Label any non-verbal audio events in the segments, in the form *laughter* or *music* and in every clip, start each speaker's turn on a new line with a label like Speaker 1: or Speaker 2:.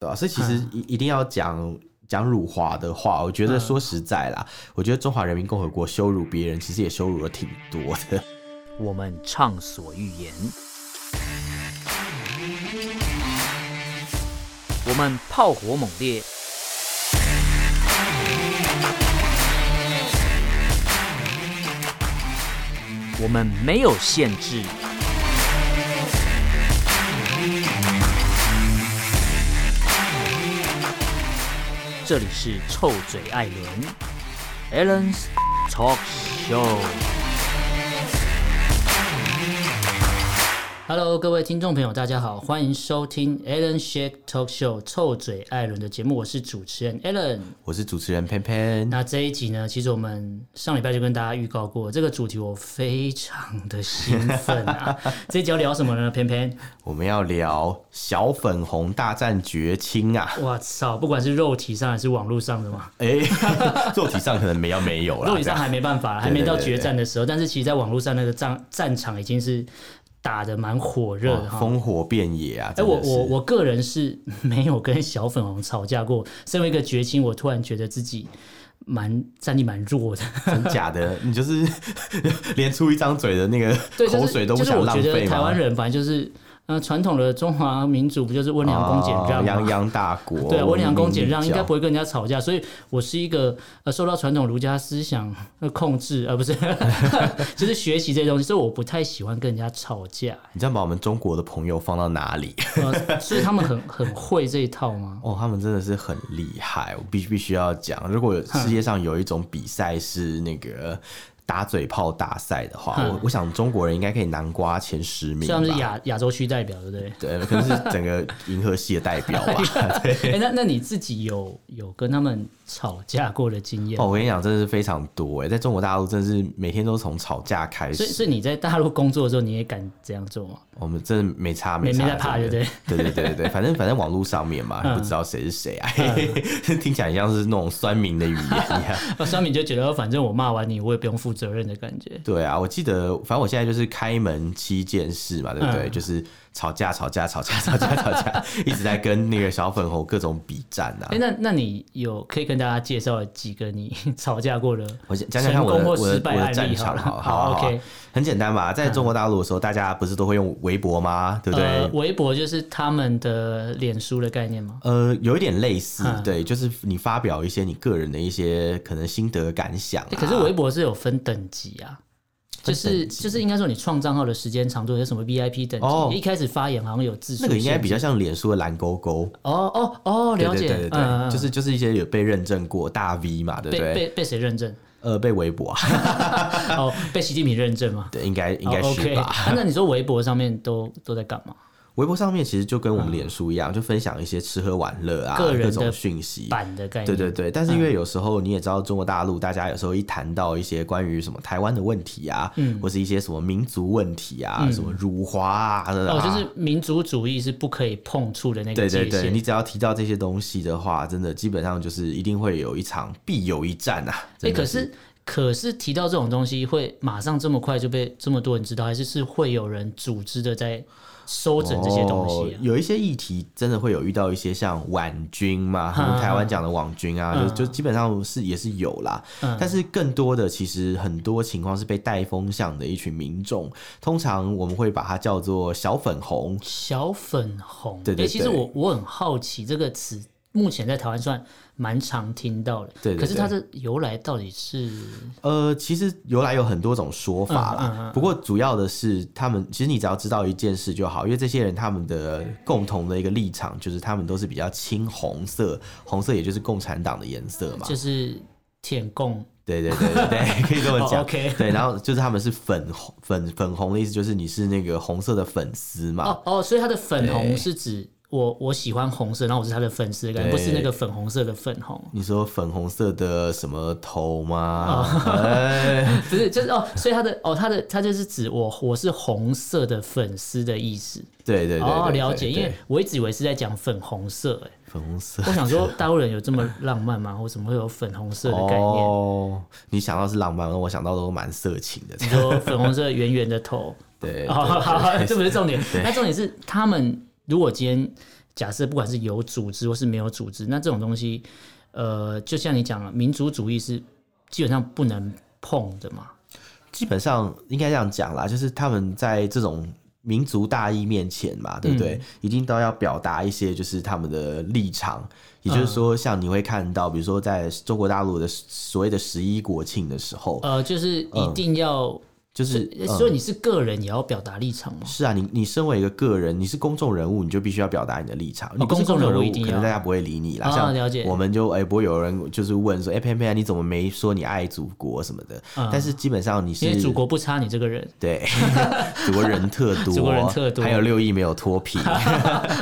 Speaker 1: 对啊吧、所以其实一一定要讲讲辱华的话，我觉得
Speaker 2: 嗯
Speaker 1: 说实在啦，我觉得中华人民共和国羞辱别人，其实也羞辱了挺多的。 *laughs*
Speaker 2: 我们畅所欲言；我们炮火猛烈；我们没有限制。这里是臭嘴艾伦 a l l e n s Talk Show。Hello，各位听众朋友，大家好，欢迎收听 Alan Shake Talk Show 臭嘴艾伦的节目，我是主持人 Alan。
Speaker 1: 我是主持人潘潘，
Speaker 2: 那这一集呢，其实我们上礼拜就跟大家预告过，这个主题我非常的兴奋
Speaker 1: *laughs*
Speaker 2: 啊！这一集要聊什么呢？偏偏，
Speaker 1: 我们要聊小粉红大战绝亲
Speaker 2: *laughs*
Speaker 1: 啊！
Speaker 2: 我操，不管是肉体上还是网络上的嘛，
Speaker 1: 哎、肉体上可能没要没有啦，
Speaker 2: 肉体上还没办法，还没
Speaker 1: 对
Speaker 2: 到
Speaker 1: 对对
Speaker 2: 决战的时候，但是其实在网络上那个战战场已经是打得蛮火
Speaker 1: 这
Speaker 2: 热
Speaker 1: 样
Speaker 2: 的
Speaker 1: 哇
Speaker 2: 哈。
Speaker 1: 烽火遍野啊！
Speaker 2: 哎、
Speaker 1: 真
Speaker 2: 我
Speaker 1: 的是
Speaker 2: 我我个人是 *laughs* 没有跟小粉红吵架过。身为一个绝情，我突然觉得自己蛮战力蛮
Speaker 1: *laughs*
Speaker 2: 弱的。
Speaker 1: 真假的，你就是 *laughs* 连出一张嘴的那个
Speaker 2: 对， *laughs* 就是
Speaker 1: 口水都不
Speaker 2: 就是
Speaker 1: 想
Speaker 2: 我
Speaker 1: 浪
Speaker 2: 觉得
Speaker 1: 费
Speaker 2: 台
Speaker 1: 吗
Speaker 2: 湾？人反正就是，呃，传统的中华民族不就是温良恭俭让
Speaker 1: 哦
Speaker 2: 吗？
Speaker 1: 泱泱大国，
Speaker 2: *laughs* 对，啊温良恭俭让，
Speaker 1: 文明
Speaker 2: 应
Speaker 1: 礼
Speaker 2: 该
Speaker 1: 教
Speaker 2: 不会跟人家吵架，所以我是一个呃受到传统儒家思想呃控制，而、不是 *laughs* 就是学习这些东西，所以我不太喜欢跟人家吵架。
Speaker 1: 你知道把我们中国的朋友放到哪里？
Speaker 2: 呃，所以他们很很会这一套吗？
Speaker 1: 哦，他们真的是很厉害，我必须必须要讲。如
Speaker 2: *laughs*
Speaker 1: 果世界上有一种比赛是那个打嘴炮大赛的话，
Speaker 2: 哼 *laughs*
Speaker 1: 我我想中国人应该可以南瓜前十名
Speaker 2: 虽然是
Speaker 1: 吧。
Speaker 2: 亚亚洲区代表，对不对？
Speaker 1: 对，可能是整个银河系的代表
Speaker 2: *laughs*
Speaker 1: 吧。 *laughs*
Speaker 2: 哎、那那你自己有有跟他们吵架过的经验吗？
Speaker 1: 哦，我跟你讲，真的是非常多哎，在中国大陆，真的是每天都从吵架开
Speaker 2: 所以，
Speaker 1: 始。
Speaker 2: 所以你在大陆工作的时候，你也敢这样做吗？ *laughs*
Speaker 1: 我们真的没差
Speaker 2: 没
Speaker 1: 差，
Speaker 2: 没在怕
Speaker 1: 真的对对对对对，反正反正网络上面
Speaker 2: *laughs*
Speaker 1: 嘛，
Speaker 2: 嗯
Speaker 1: 不知道谁是谁啊，嘿嘿嘿 *laughs* 听起来像是那种酸民的语言一样。
Speaker 2: 那小哦敏就觉得，反正我骂完你，我也不用负责任的感觉。
Speaker 1: 对啊，我记得，反正我现在就是开门七件事嘛，对不对？
Speaker 2: 嗯
Speaker 1: 就是吵架、吵架、吵架、 *laughs* 吵架、吵架，一直在跟那个小粉红各种比战啊
Speaker 2: 哎、。那那你有可以跟大家介绍几个你吵架过的
Speaker 1: 我先讲讲
Speaker 2: 成
Speaker 1: 看我
Speaker 2: 功
Speaker 1: 的
Speaker 2: 或
Speaker 1: 我的
Speaker 2: 失败
Speaker 1: 我的
Speaker 2: 案
Speaker 1: 战
Speaker 2: 例好
Speaker 1: 场，
Speaker 2: 了？
Speaker 1: 好好啊好啊
Speaker 2: OK，嗯
Speaker 1: 很简单吧，在中国大陆的时候，大家不是都会用微博吗？对不
Speaker 2: 呃，
Speaker 1: 对？
Speaker 2: 微博就是他们的脸书的概念吗？
Speaker 1: 呃，有一点类似
Speaker 2: 嗯，
Speaker 1: 对，就是你发表一些你个人的一些可能心得感想啊。
Speaker 2: 欸可是微博是有分等级啊。
Speaker 1: 分
Speaker 2: 就是
Speaker 1: 等级
Speaker 2: 就是应该说你创账号的时间长度有什么 VIP 等级？
Speaker 1: 哦
Speaker 2: 你一开始发言好像有字数
Speaker 1: 那
Speaker 2: 限制，
Speaker 1: 个应该比较像脸书的蓝勾勾，
Speaker 2: 哦哦哦，
Speaker 1: 对
Speaker 2: 了
Speaker 1: 对
Speaker 2: 解，
Speaker 1: 对对
Speaker 2: 嗯嗯
Speaker 1: 对，
Speaker 2: 嗯
Speaker 1: 就是就是一些有被认证过大 V 嘛，对不
Speaker 2: 被
Speaker 1: 对？
Speaker 2: 被被谁认证？
Speaker 1: 呃，被微博啊，
Speaker 2: 哦，被习近平认证吗？
Speaker 1: *laughs* 对，应该应该
Speaker 2: 哦
Speaker 1: 是
Speaker 2: OK
Speaker 1: 吧。
Speaker 2: 啊那你说微博上面都都在干嘛？
Speaker 1: 微博上面其实就跟我们脸书一样，就分享一些吃喝玩乐啊，
Speaker 2: 个人的
Speaker 1: 各种讯息。
Speaker 2: 版的概念？
Speaker 1: 对对对，但是因为有时候你也知道，中国大陆大家有时候一谈到一些关于什么台湾的问题啊，
Speaker 2: 嗯
Speaker 1: 或是一些什么民族问题啊，什么辱华啊，
Speaker 2: 哦，就
Speaker 1: 啊
Speaker 2: 是民族主义是不可以碰触的那个
Speaker 1: 对
Speaker 2: 界
Speaker 1: 对对，
Speaker 2: 限。
Speaker 1: 你只要提到这些东西的话，真的基本上就是一定会有一场必有一战啊。
Speaker 2: 哎，
Speaker 1: 真的
Speaker 2: 可是可是提到这种东西，会马上这么快就被这么多人知道，还是是会有人组织的在收整这些东西、
Speaker 1: 哦
Speaker 2: 啊？
Speaker 1: 有一些议题真的会有遇到一些像网军
Speaker 2: 嗯
Speaker 1: 嘛，我们台湾讲的网军啊，就就基本上是也是有啦。
Speaker 2: 嗯
Speaker 1: 但是更多的其实很多情况是被带风向的一群民众，通常我们会把它叫做小粉红。
Speaker 2: 小粉红，
Speaker 1: 对对
Speaker 2: 诶其实
Speaker 1: 对
Speaker 2: 我我很好奇这个词，目前在台湾算蛮常听到的。
Speaker 1: 对对
Speaker 2: 可是
Speaker 1: 对
Speaker 2: 它的由来到底是
Speaker 1: 呃，其实由来有很多种说法啦，
Speaker 2: 嗯嗯嗯
Speaker 1: 不过主要的是他们，其实你只要知道一件事就好，因为这些人他们的共同的一个立场就是他们都是比较青红色，红色也就是共产党的颜色嘛，
Speaker 2: 就是舔共
Speaker 1: 对对对对对， *laughs* 可以这么讲。
Speaker 2: 哦，OK
Speaker 1: 对，然后就是他们是粉红粉粉红的意思，就是你是那个红色的粉丝嘛。
Speaker 2: 哦哦，所以它的粉红
Speaker 1: 对
Speaker 2: 是指我我喜欢红色，然后我是他的粉丝的感觉，不
Speaker 1: 对
Speaker 2: 是那个粉红色的粉红， *laughs*
Speaker 1: 你说粉红色的什么头吗？
Speaker 2: 哦
Speaker 1: 哎
Speaker 2: 不是就是哦，所以它的哦它的它就是指我我是红色的粉丝的意思。
Speaker 1: 对对对对
Speaker 2: 哦，
Speaker 1: 对
Speaker 2: 了解，
Speaker 1: 对
Speaker 2: 因为我一直以为是在讲粉红色，
Speaker 1: *laughs*
Speaker 2: 哎，
Speaker 1: 粉红色
Speaker 2: 我想说大陆人有这么浪漫吗？或怎么会有粉红色的概念？
Speaker 1: 哦，你想到是浪漫，我想到都蛮色情的。
Speaker 2: 你说粉红色圆圆的头， *laughs*
Speaker 1: 对，
Speaker 2: 好好好，这不是重点。那重点是他们如果今天假设不管是有组织或是没有组织，那这种东西，呃，就像你讲了，民族主义是基本上不能碰的嘛。
Speaker 1: 基本上应该这样讲啦，就是他们在这种民族大义面前嘛，
Speaker 2: 嗯
Speaker 1: 对不对？一定都要表达一些就是他们的立场，也就是说，像你会看到，比如说在中国大陆的所谓的十一国庆的时候，
Speaker 2: 呃，就是一定要，
Speaker 1: 就是
Speaker 2: 呃所以你是个人也要表达立场嘛。
Speaker 1: 嗯是啊，你你身为一个个人，你是公众人物，你就必须要表达你的立场。你不是
Speaker 2: 哦公众
Speaker 1: 人
Speaker 2: 人物一定
Speaker 1: 可能
Speaker 2: 要
Speaker 1: 大家不会理你啦。
Speaker 2: 啊
Speaker 1: 像
Speaker 2: 了解
Speaker 1: 我们就哎、不会有人就是问说，哎、偏偏你怎么没说你爱祖国什么的？但是基本上你是
Speaker 2: 嗯因为祖国不差你这
Speaker 1: *laughs*
Speaker 2: 个人
Speaker 1: 对，祖国人特多，
Speaker 2: 祖国人特多
Speaker 1: 还有六亿没有脱
Speaker 2: *laughs*
Speaker 1: 贫。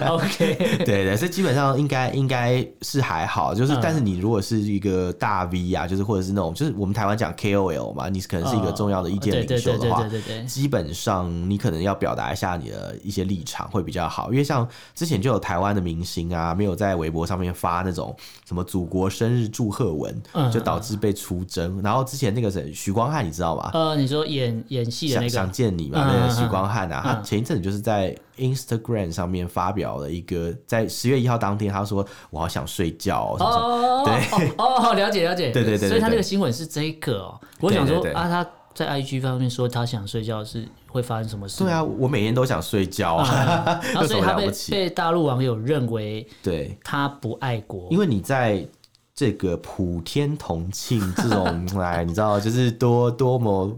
Speaker 2: ，OK，
Speaker 1: 对对，所以基本上应该应该是还好，就是、
Speaker 2: 嗯
Speaker 1: 但是你如果是一个大 V 啊，就是或者是那种就是我们台湾讲 KOL 嘛，你可能是一个重要的意见
Speaker 2: 对
Speaker 1: 领
Speaker 2: 对
Speaker 1: 袖
Speaker 2: 嗯对
Speaker 1: 的
Speaker 2: 对
Speaker 1: 话，
Speaker 2: 对对对，
Speaker 1: 基本上你可能要表达一下你的一些立场会比较好，因为像之前就有台湾的明星啊，没有在微博上面发那种什么祖国生日祝贺文，
Speaker 2: 嗯
Speaker 1: 就导致被出征。然后之前那个谁徐光汉，你知道吗？
Speaker 2: 呃，你说演演戏的
Speaker 1: 想
Speaker 2: 那
Speaker 1: 想
Speaker 2: 个，
Speaker 1: 见你嘛，
Speaker 2: 嗯
Speaker 1: 那
Speaker 2: 嗯
Speaker 1: 个
Speaker 2: 嗯
Speaker 1: 许光汉啊，
Speaker 2: 嗯
Speaker 1: 他前一阵子就是在 Instagram 上面发表了一个，在十月一号当天，他说我好想睡觉、哦，什么什么，
Speaker 2: 哦，对，哦，了解了解，
Speaker 1: 对对对对
Speaker 2: 所以他
Speaker 1: 对
Speaker 2: 那个新闻是这个哦，我想说
Speaker 1: 对对对
Speaker 2: 啊，他在 IG 方面说他想睡觉是会发生什么事？
Speaker 1: 对啊，我每天都想睡觉啊，
Speaker 2: 然后
Speaker 1: 有
Speaker 2: 所
Speaker 1: 什
Speaker 2: 以
Speaker 1: 么
Speaker 2: 他
Speaker 1: 了
Speaker 2: 被
Speaker 1: 不起？
Speaker 2: 被大陆网友认为
Speaker 1: *laughs* 对，
Speaker 2: 他不爱国
Speaker 1: 因，为你在这个普天同庆这种 *laughs* 哎，你知道，就是多多么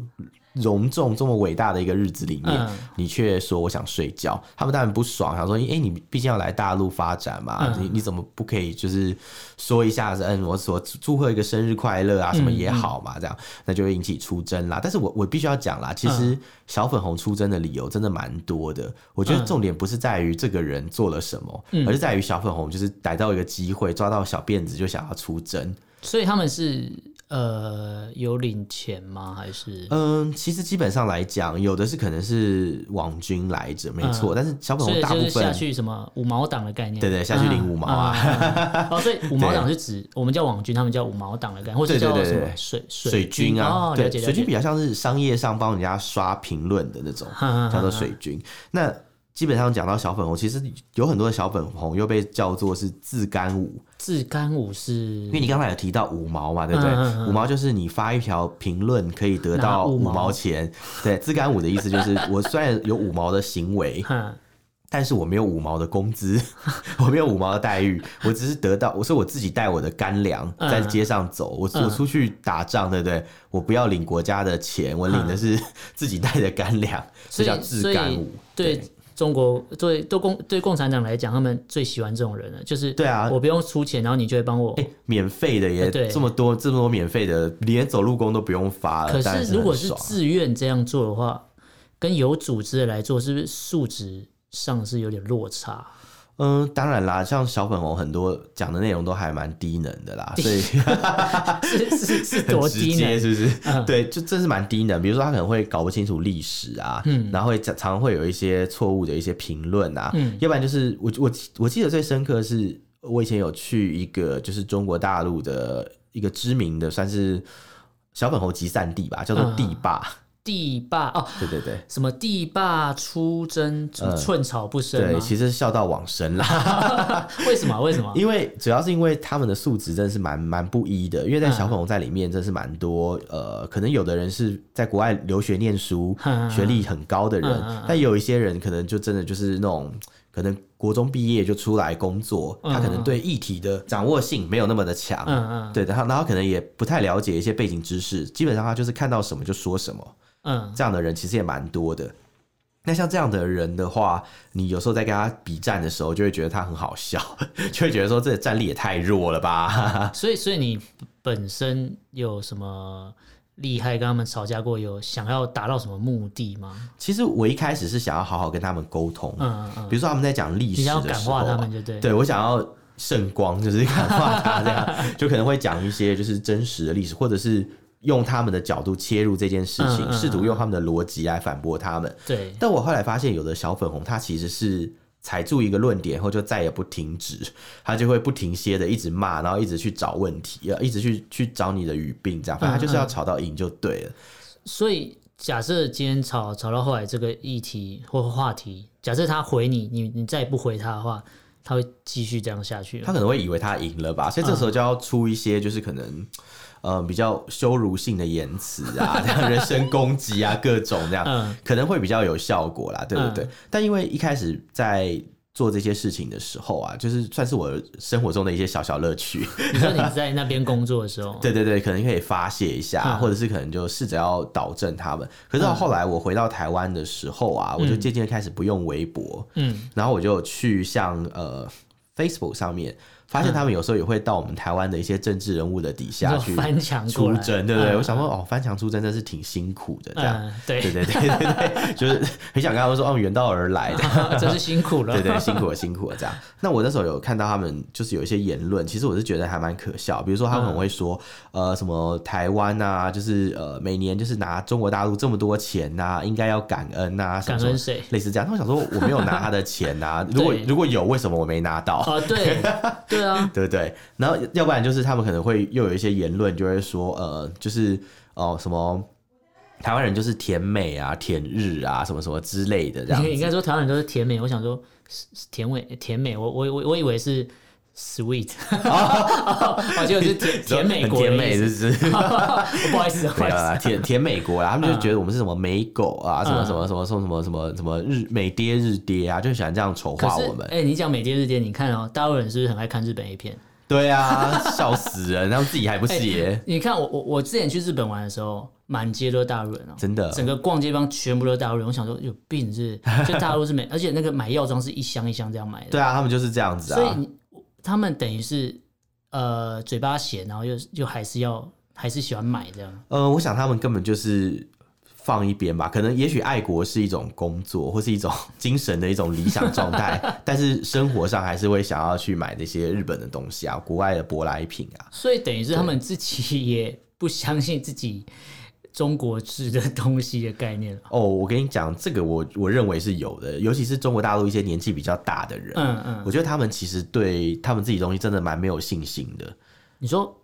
Speaker 1: 隆重、这么伟大的一个日子里面，
Speaker 2: 嗯
Speaker 1: 你却说我想睡觉，他们当然不爽，想说，哎、你毕竟要来大陆发展嘛，
Speaker 2: 嗯
Speaker 1: 你你怎么不可以就是说一下，嗯，我所祝贺一个生日快乐
Speaker 2: 嗯
Speaker 1: 啊，什么也好嘛，这样那就会引起出征啦。但是我我必须要讲
Speaker 2: 嗯
Speaker 1: 啦，其实小粉红出征的理由真的蛮多的，我觉得
Speaker 2: 嗯
Speaker 1: 重点不是在于这个人做了什么，而是在于小粉红就是逮到一个机会，抓到小辫子就想要出征。
Speaker 2: 所以他们是呃有领钱吗？还是
Speaker 1: 嗯，其实基本上来讲，有的是可能是网军来着，没错，但是小粉
Speaker 2: 嗯所
Speaker 1: 红
Speaker 2: 以
Speaker 1: 大
Speaker 2: 就
Speaker 1: 部
Speaker 2: 是下
Speaker 1: 分。
Speaker 2: 去什么五毛党的概念？
Speaker 1: 对对下去领五毛啊
Speaker 2: 啊！嗯嗯
Speaker 1: *laughs*
Speaker 2: 哦，所以五毛党是指我们叫网军，他们叫五毛党的概念，或者
Speaker 1: 对对
Speaker 2: 叫
Speaker 1: 对
Speaker 2: 什
Speaker 1: 对
Speaker 2: 么水
Speaker 1: 水
Speaker 2: 军
Speaker 1: 军啊，
Speaker 2: 哦，了
Speaker 1: 对，
Speaker 2: 解了
Speaker 1: 水军
Speaker 2: 解
Speaker 1: 比。较像是商业上帮人家刷评论的那种
Speaker 2: 嗯嗯嗯，
Speaker 1: 叫做水军。那基本上讲到小粉红，其实有很多的小粉红又被叫做是自干五，
Speaker 2: 自干五是
Speaker 1: 因为你刚才有提到五毛嘛，对不对
Speaker 2: 嗯嗯？嗯
Speaker 1: 五毛就是你发一条评论可以得
Speaker 2: 拿
Speaker 1: 到
Speaker 2: 五
Speaker 1: 五
Speaker 2: 毛
Speaker 1: 毛钱，对，自干五的意思就是我虽然有五毛的行为，
Speaker 2: 哈
Speaker 1: 但是我没有五毛的工资， *laughs* 我没有五毛的待遇，我只是得到，我说我自己带我的干粮
Speaker 2: 嗯
Speaker 1: 在街上走，我
Speaker 2: 嗯
Speaker 1: 我出去打仗，对不对？我不要领国家的钱，我领的是 *laughs* 自己带的干粮，
Speaker 2: 嗯
Speaker 1: 这
Speaker 2: 所以
Speaker 1: 叫自干五。
Speaker 2: 对中国对对共对共产党来讲，他们最喜欢这种人了，就是
Speaker 1: 对啊
Speaker 2: 我不用出钱，然后你就会帮我。
Speaker 1: 哎免费的也
Speaker 2: 呃对
Speaker 1: 这么多，这么多免费的，连走路工都不用发了。
Speaker 2: 可
Speaker 1: 当然
Speaker 2: 是
Speaker 1: 很
Speaker 2: 如果是
Speaker 1: 爽啊
Speaker 2: 自愿这样做的话，跟有组织的来做，是不是素质上是有点落差？
Speaker 1: 嗯，当然啦，像小粉红很多讲的内容都还蛮低能的啦，所以
Speaker 2: 是是是
Speaker 1: *laughs* 很
Speaker 2: *laughs* 多
Speaker 1: 直
Speaker 2: 低嗯
Speaker 1: 接
Speaker 2: 能？
Speaker 1: 是不是？对，就真是蛮低能。比如说，他可能会搞不清楚历史啊，
Speaker 2: 嗯
Speaker 1: 然后会常常会有一些错误的一些评论啊，
Speaker 2: 嗯
Speaker 1: 要不然就是我我我记得最深刻的是，我以前有去一个就是中国大陆的一个知名的算是小粉红集散地吧，叫做地坝，
Speaker 2: 啊地霸哦，
Speaker 1: 对对对。
Speaker 2: 什么地霸出征，什么寸草不生
Speaker 1: 嗯对，
Speaker 2: 吗？
Speaker 1: 其实是笑到往生啦，
Speaker 2: 为什么？为什么？
Speaker 1: *laughs* 因为主要是因为他们的素质真的是蛮蛮不一的，因为在小粉
Speaker 2: 嗯
Speaker 1: 红在里面真是蛮多，呃，可能有的人是在国外留学念书
Speaker 2: 嗯，
Speaker 1: 学历很高的人
Speaker 2: 嗯嗯嗯，
Speaker 1: 但有一些人可能就真的就是那种。可能国中毕业就出来工作，
Speaker 2: 嗯
Speaker 1: 他可能对议题的掌握性没有那么的强，
Speaker 2: 嗯嗯
Speaker 1: 对，然后然后可能也不太了解一些背景知识，基本上他就是看到什么就说什么，
Speaker 2: 嗯，
Speaker 1: 这样的人其实也蛮多的。那像这样的人的话，你有时候在跟他比战的时候，就会觉得他很好笑， *laughs* 就会觉得说这战力也太弱了吧。
Speaker 2: 所以所以你本身有什么厉害？跟他们吵架过，有想要达到什么目的吗？
Speaker 1: 其实我一开始是想要好好跟他们沟通，
Speaker 2: 嗯嗯嗯，
Speaker 1: 比如说他们在讲历
Speaker 2: 你
Speaker 1: 史
Speaker 2: 想要
Speaker 1: 的
Speaker 2: 感
Speaker 1: 时候
Speaker 2: 化他
Speaker 1: 啊，
Speaker 2: 们，就对。
Speaker 1: 对我想要圣光，就是感化他这样， *laughs* 就可能会讲一些就是真实的历史，或者是用他们的角度切入这件事
Speaker 2: 嗯
Speaker 1: 情，
Speaker 2: 嗯
Speaker 1: 试图用他们的逻辑来反驳他们。
Speaker 2: 对，
Speaker 1: 但我后来发现，有的小粉红他其实是踩住一个论点后就再也不停止，他就会不停歇的一直骂，然后一直去找问题，呃，一直去去找你的语病，这样，反正他就是要吵到赢就对了。
Speaker 2: 所以假设今天吵吵到后来这个议题或话题，假设他回你，你你再也不回他的话，他会继续这样下去了。
Speaker 1: 他可能会以为他赢了吧，所以这时候就要出一些就是可能。呃，比较羞辱性的言辞啊，这样人身攻击啊，各种这样，
Speaker 2: 嗯
Speaker 1: 可能会比较有效果啦，对不对？但因为一开始在做这些事情的时候啊，就是算是我生活中的一些小小乐趣，
Speaker 2: 你说你在那边工作
Speaker 1: *laughs*
Speaker 2: 的时候，
Speaker 1: 对对对，可能可以发泄一下，
Speaker 2: 嗯
Speaker 1: 或者是可能就试着要导正他们。可是到后来我回到台湾的时候啊，我就渐渐开始不用微博，
Speaker 2: 嗯，
Speaker 1: 然后我就去像呃 Facebook 上面，发现他们有时候也会到我们台湾的一些政治人物的底下
Speaker 2: 你说
Speaker 1: 去
Speaker 2: 翻墙过
Speaker 1: 出
Speaker 2: 来
Speaker 1: 征，对不对？
Speaker 2: 嗯
Speaker 1: 我想说哦，翻墙出征真是挺辛苦的，这样。
Speaker 2: 嗯，对，
Speaker 1: 对对对对对，就是很想跟他们说哦，远道而
Speaker 2: *laughs*
Speaker 1: 来的，
Speaker 2: 真是辛苦了。
Speaker 1: 对对，辛苦了，辛苦了，这
Speaker 2: *laughs*
Speaker 1: 样。那我那时候有看到他们就是有一些言论，其实我是觉得还蛮可笑。比如说他们
Speaker 2: 嗯
Speaker 1: 很会说，呃，什么台湾啊，就是呃，每年就是拿中国大陆这么多钱呐、应该要感恩呐、啊，什么
Speaker 2: 感恩谁？
Speaker 1: 类似这样。他们想说我没有拿他的钱呐、
Speaker 2: *laughs*
Speaker 1: 如果
Speaker 2: 对
Speaker 1: 如果有，为什么我没拿到？
Speaker 2: 哦，对，对啊，
Speaker 1: *laughs* 对不对？然后要不然就是他们可能会又有一些言论，就会说呃，就是哦、什么台湾人就是舔美啊、舔日啊什么什么之类的这样
Speaker 2: 你应
Speaker 1: 子。
Speaker 2: 该说台湾人都是甜美，我想说是是甜美甜美，我我我我以为是 sweet，哦， *laughs* 结果是
Speaker 1: *laughs*
Speaker 2: 甜 *laughs* 甜美
Speaker 1: 很
Speaker 2: 国
Speaker 1: 甜
Speaker 2: 的
Speaker 1: 美
Speaker 2: 意思，
Speaker 1: 是不是？
Speaker 2: *laughs* 不好意思，不
Speaker 1: 没
Speaker 2: 好意
Speaker 1: 有啦，
Speaker 2: 思，
Speaker 1: 舔舔美国啦，他们就觉得我们是什么美狗啊，什么
Speaker 2: 嗯
Speaker 1: 什么什么什么什么什么日美爹日爹啊，就喜欢这样丑
Speaker 2: 可
Speaker 1: 化
Speaker 2: 是
Speaker 1: 我们。
Speaker 2: 哎，你讲美天日天，你看哦，大陆人是不是很爱看日本 A 片？
Speaker 1: 对啊，笑死人，他们自己还不写，
Speaker 2: 哎你看我我我之前去日本玩的时候，满街都是大陆人哦，
Speaker 1: 真的
Speaker 2: 整个逛街帮全部都是大陆人。我想说有病是不是，就大陆是美，而 *laughs* 且那个买药妆是一箱一箱这样买的，
Speaker 1: 对啊，他们就是这样子
Speaker 2: 所以
Speaker 1: 啊。
Speaker 2: 你他们等于是呃嘴巴咸，然后又又还是要还是喜欢买这样。
Speaker 1: 呃，我想他们根本就是放一边吧，可能也许爱国是一种工作，或是一种精神的一种理想状态，但是生活上还是会想要去买这些日本的东西啊，国外的舶来品啊。
Speaker 2: 所以等于是他们自己也不相信自己中国制的东西的概念了。
Speaker 1: 哦，我跟你讲，这个我我认为是有的，尤其是中国大陆一些年纪比较大的人，
Speaker 2: 嗯嗯，
Speaker 1: 我觉得他们其实对他们自己东西真的蛮没有信心的。
Speaker 2: 你说。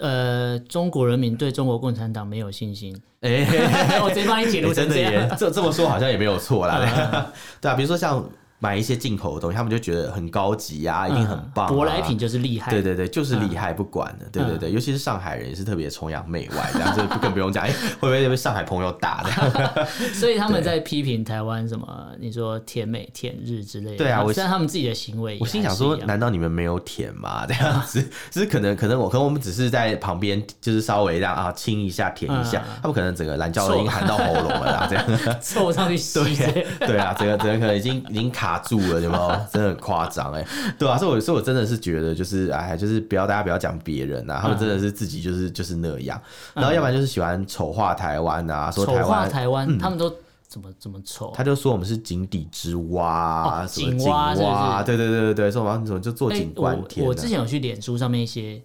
Speaker 2: 呃，中国人民对中国共产党没有
Speaker 1: *laughs*
Speaker 2: 信心，
Speaker 1: 哎、欸，
Speaker 2: 我直接帮你解读
Speaker 1: 真
Speaker 2: 成
Speaker 1: 的
Speaker 2: 这样。 *laughs*
Speaker 1: 耶，这这么说好像也没有错
Speaker 2: 哎
Speaker 1: 啦。 *laughs* 对啊，比如说像买一些进口的东西，他们就觉得很高级啊，一定很棒、啊。
Speaker 2: 嗯舶来品。就是厉害。嗯
Speaker 1: 对对对，就是厉害，不管的。对对对，尤其是上海人也是特别崇洋媚外，这样 *laughs* 就更不用讲，哎，会不会被上海朋友打的？
Speaker 2: *laughs* 所以他们在批评台湾什么，你说甜美、舔日之类的。
Speaker 1: 对啊我
Speaker 2: 虽然他们自己的行为也还
Speaker 1: 我
Speaker 2: 是
Speaker 1: 心
Speaker 2: 一样，
Speaker 1: 想说，难道你们没有舔吗？这样子， *laughs* 就是可能可能我可能我们只是在旁边，就是稍微让啊亲一下舔一下
Speaker 2: 嗯嗯，
Speaker 1: 他们可能整个蓝教都已经含到喉咙了啦，这样。
Speaker 2: 凑上去吸之类
Speaker 1: *laughs*
Speaker 2: 的，
Speaker 1: 对啊，整个整个可能已经已经卡住了，有没 *laughs* 有？真的很夸张哎，对啊，所以我所以我真的是觉得就是哎，就是不要大家不要讲别人啊，他们真
Speaker 2: 嗯
Speaker 1: 的是自己就是就是那样，然后要不然就是喜欢丑化台湾啊，说
Speaker 2: 丑
Speaker 1: 台
Speaker 2: 化
Speaker 1: 湾。嗯
Speaker 2: 台湾，他们都怎么怎么丑？啊
Speaker 1: 他就说我们是井底之蛙啊，
Speaker 2: 哦
Speaker 1: 什么
Speaker 2: 井蛙是不
Speaker 1: 蛙
Speaker 2: 是
Speaker 1: 对对对对对，说我们怎么就做
Speaker 2: 哎
Speaker 1: 井
Speaker 2: 我
Speaker 1: 观天、啊
Speaker 2: 我之前有去脸书上面一些，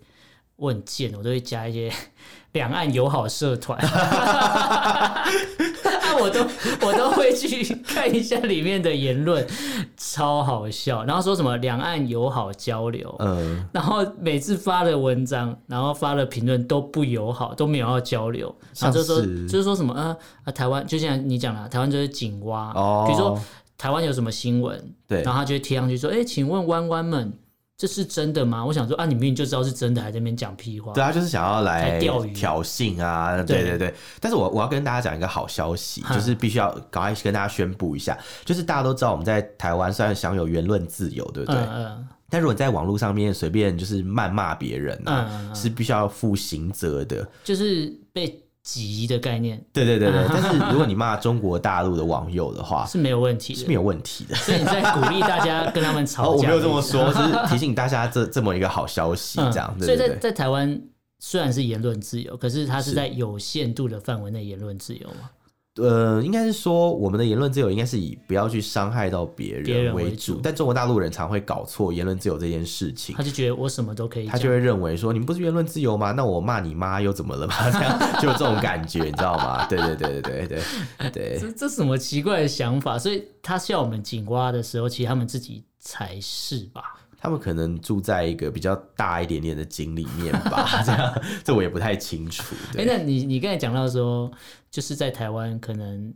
Speaker 2: 我很贱，我都会加一些 *laughs* 两岸友好社团， *laughs* 啊，我都我都会去看一下里面的言论，超好笑。然后说什么两岸友好交流，
Speaker 1: 嗯，
Speaker 2: 然后每次发的文章，然后发的评论都不友好，都没有要交流，
Speaker 1: 像
Speaker 2: 然后就说
Speaker 1: 是
Speaker 2: 就是说什么啊啊，台湾就像你讲了，台湾就是井蛙，
Speaker 1: 哦
Speaker 2: 比如说台湾有什么新闻，
Speaker 1: 对
Speaker 2: 然后他就会贴上去说，哎，请问弯弯们，这是真的吗？我想说啊，你明明就知道是真的，还在那边讲屁话，
Speaker 1: 对啊，就是想要来
Speaker 2: 来钓鱼
Speaker 1: 挑衅啊，对对
Speaker 2: 对
Speaker 1: 对。但是我我要跟大家讲一个好消息，
Speaker 2: 哈
Speaker 1: 就是必须要赶快跟大家宣布一下，就是大家都知道我们在台湾虽然享有言论自由，对不对？
Speaker 2: 嗯嗯
Speaker 1: 但如果你在网络上面随便就是谩骂别人啊，
Speaker 2: 嗯，嗯
Speaker 1: 是必须要负刑责的。
Speaker 2: 就是被挤的概念
Speaker 1: 对对对对。
Speaker 2: 嗯
Speaker 1: 但是如果你骂中国大陆的网友的
Speaker 2: *laughs*
Speaker 1: 话，
Speaker 2: 是没有问题
Speaker 1: 啊是
Speaker 2: 的
Speaker 1: 没，有问题的。
Speaker 2: 所以你在鼓励大家跟他们
Speaker 1: 哦，
Speaker 2: 吵
Speaker 1: 我
Speaker 2: 架，
Speaker 1: 没有这么
Speaker 2: *laughs*
Speaker 1: 说，是提醒大家这这么一个好消息，这样。
Speaker 2: 嗯
Speaker 1: 对
Speaker 2: 所以
Speaker 1: 对
Speaker 2: 在
Speaker 1: 对。
Speaker 2: 在台湾虽然是言论自由，可是它是
Speaker 1: 是
Speaker 2: 在有限度的范围内言论自由嘛？
Speaker 1: 呃，应该是说我们的言论自由应该是以不要去伤害到别
Speaker 2: 别
Speaker 1: 人
Speaker 2: 人
Speaker 1: 为
Speaker 2: 为
Speaker 1: 主
Speaker 2: 主，
Speaker 1: 但中国大陆人常会搞错言论自由这件事情
Speaker 2: 他。就觉得我什么都可以
Speaker 1: 他就
Speaker 2: 讲。
Speaker 1: 会认为说，你们不是言论自由吗？那我骂你妈又怎么了嘛？ *laughs* 这样就有这种感觉，你知道吗？对对对对对对对，
Speaker 2: 这这什么奇怪的想法？所以他笑我们井蛙的时候，其实他们自己才是吧？
Speaker 1: 他们可能住在一个比较大一点点的井里面吧，这样这我也不太清楚。对，
Speaker 2: 哎、那你你刚才讲到说，就是在台湾可能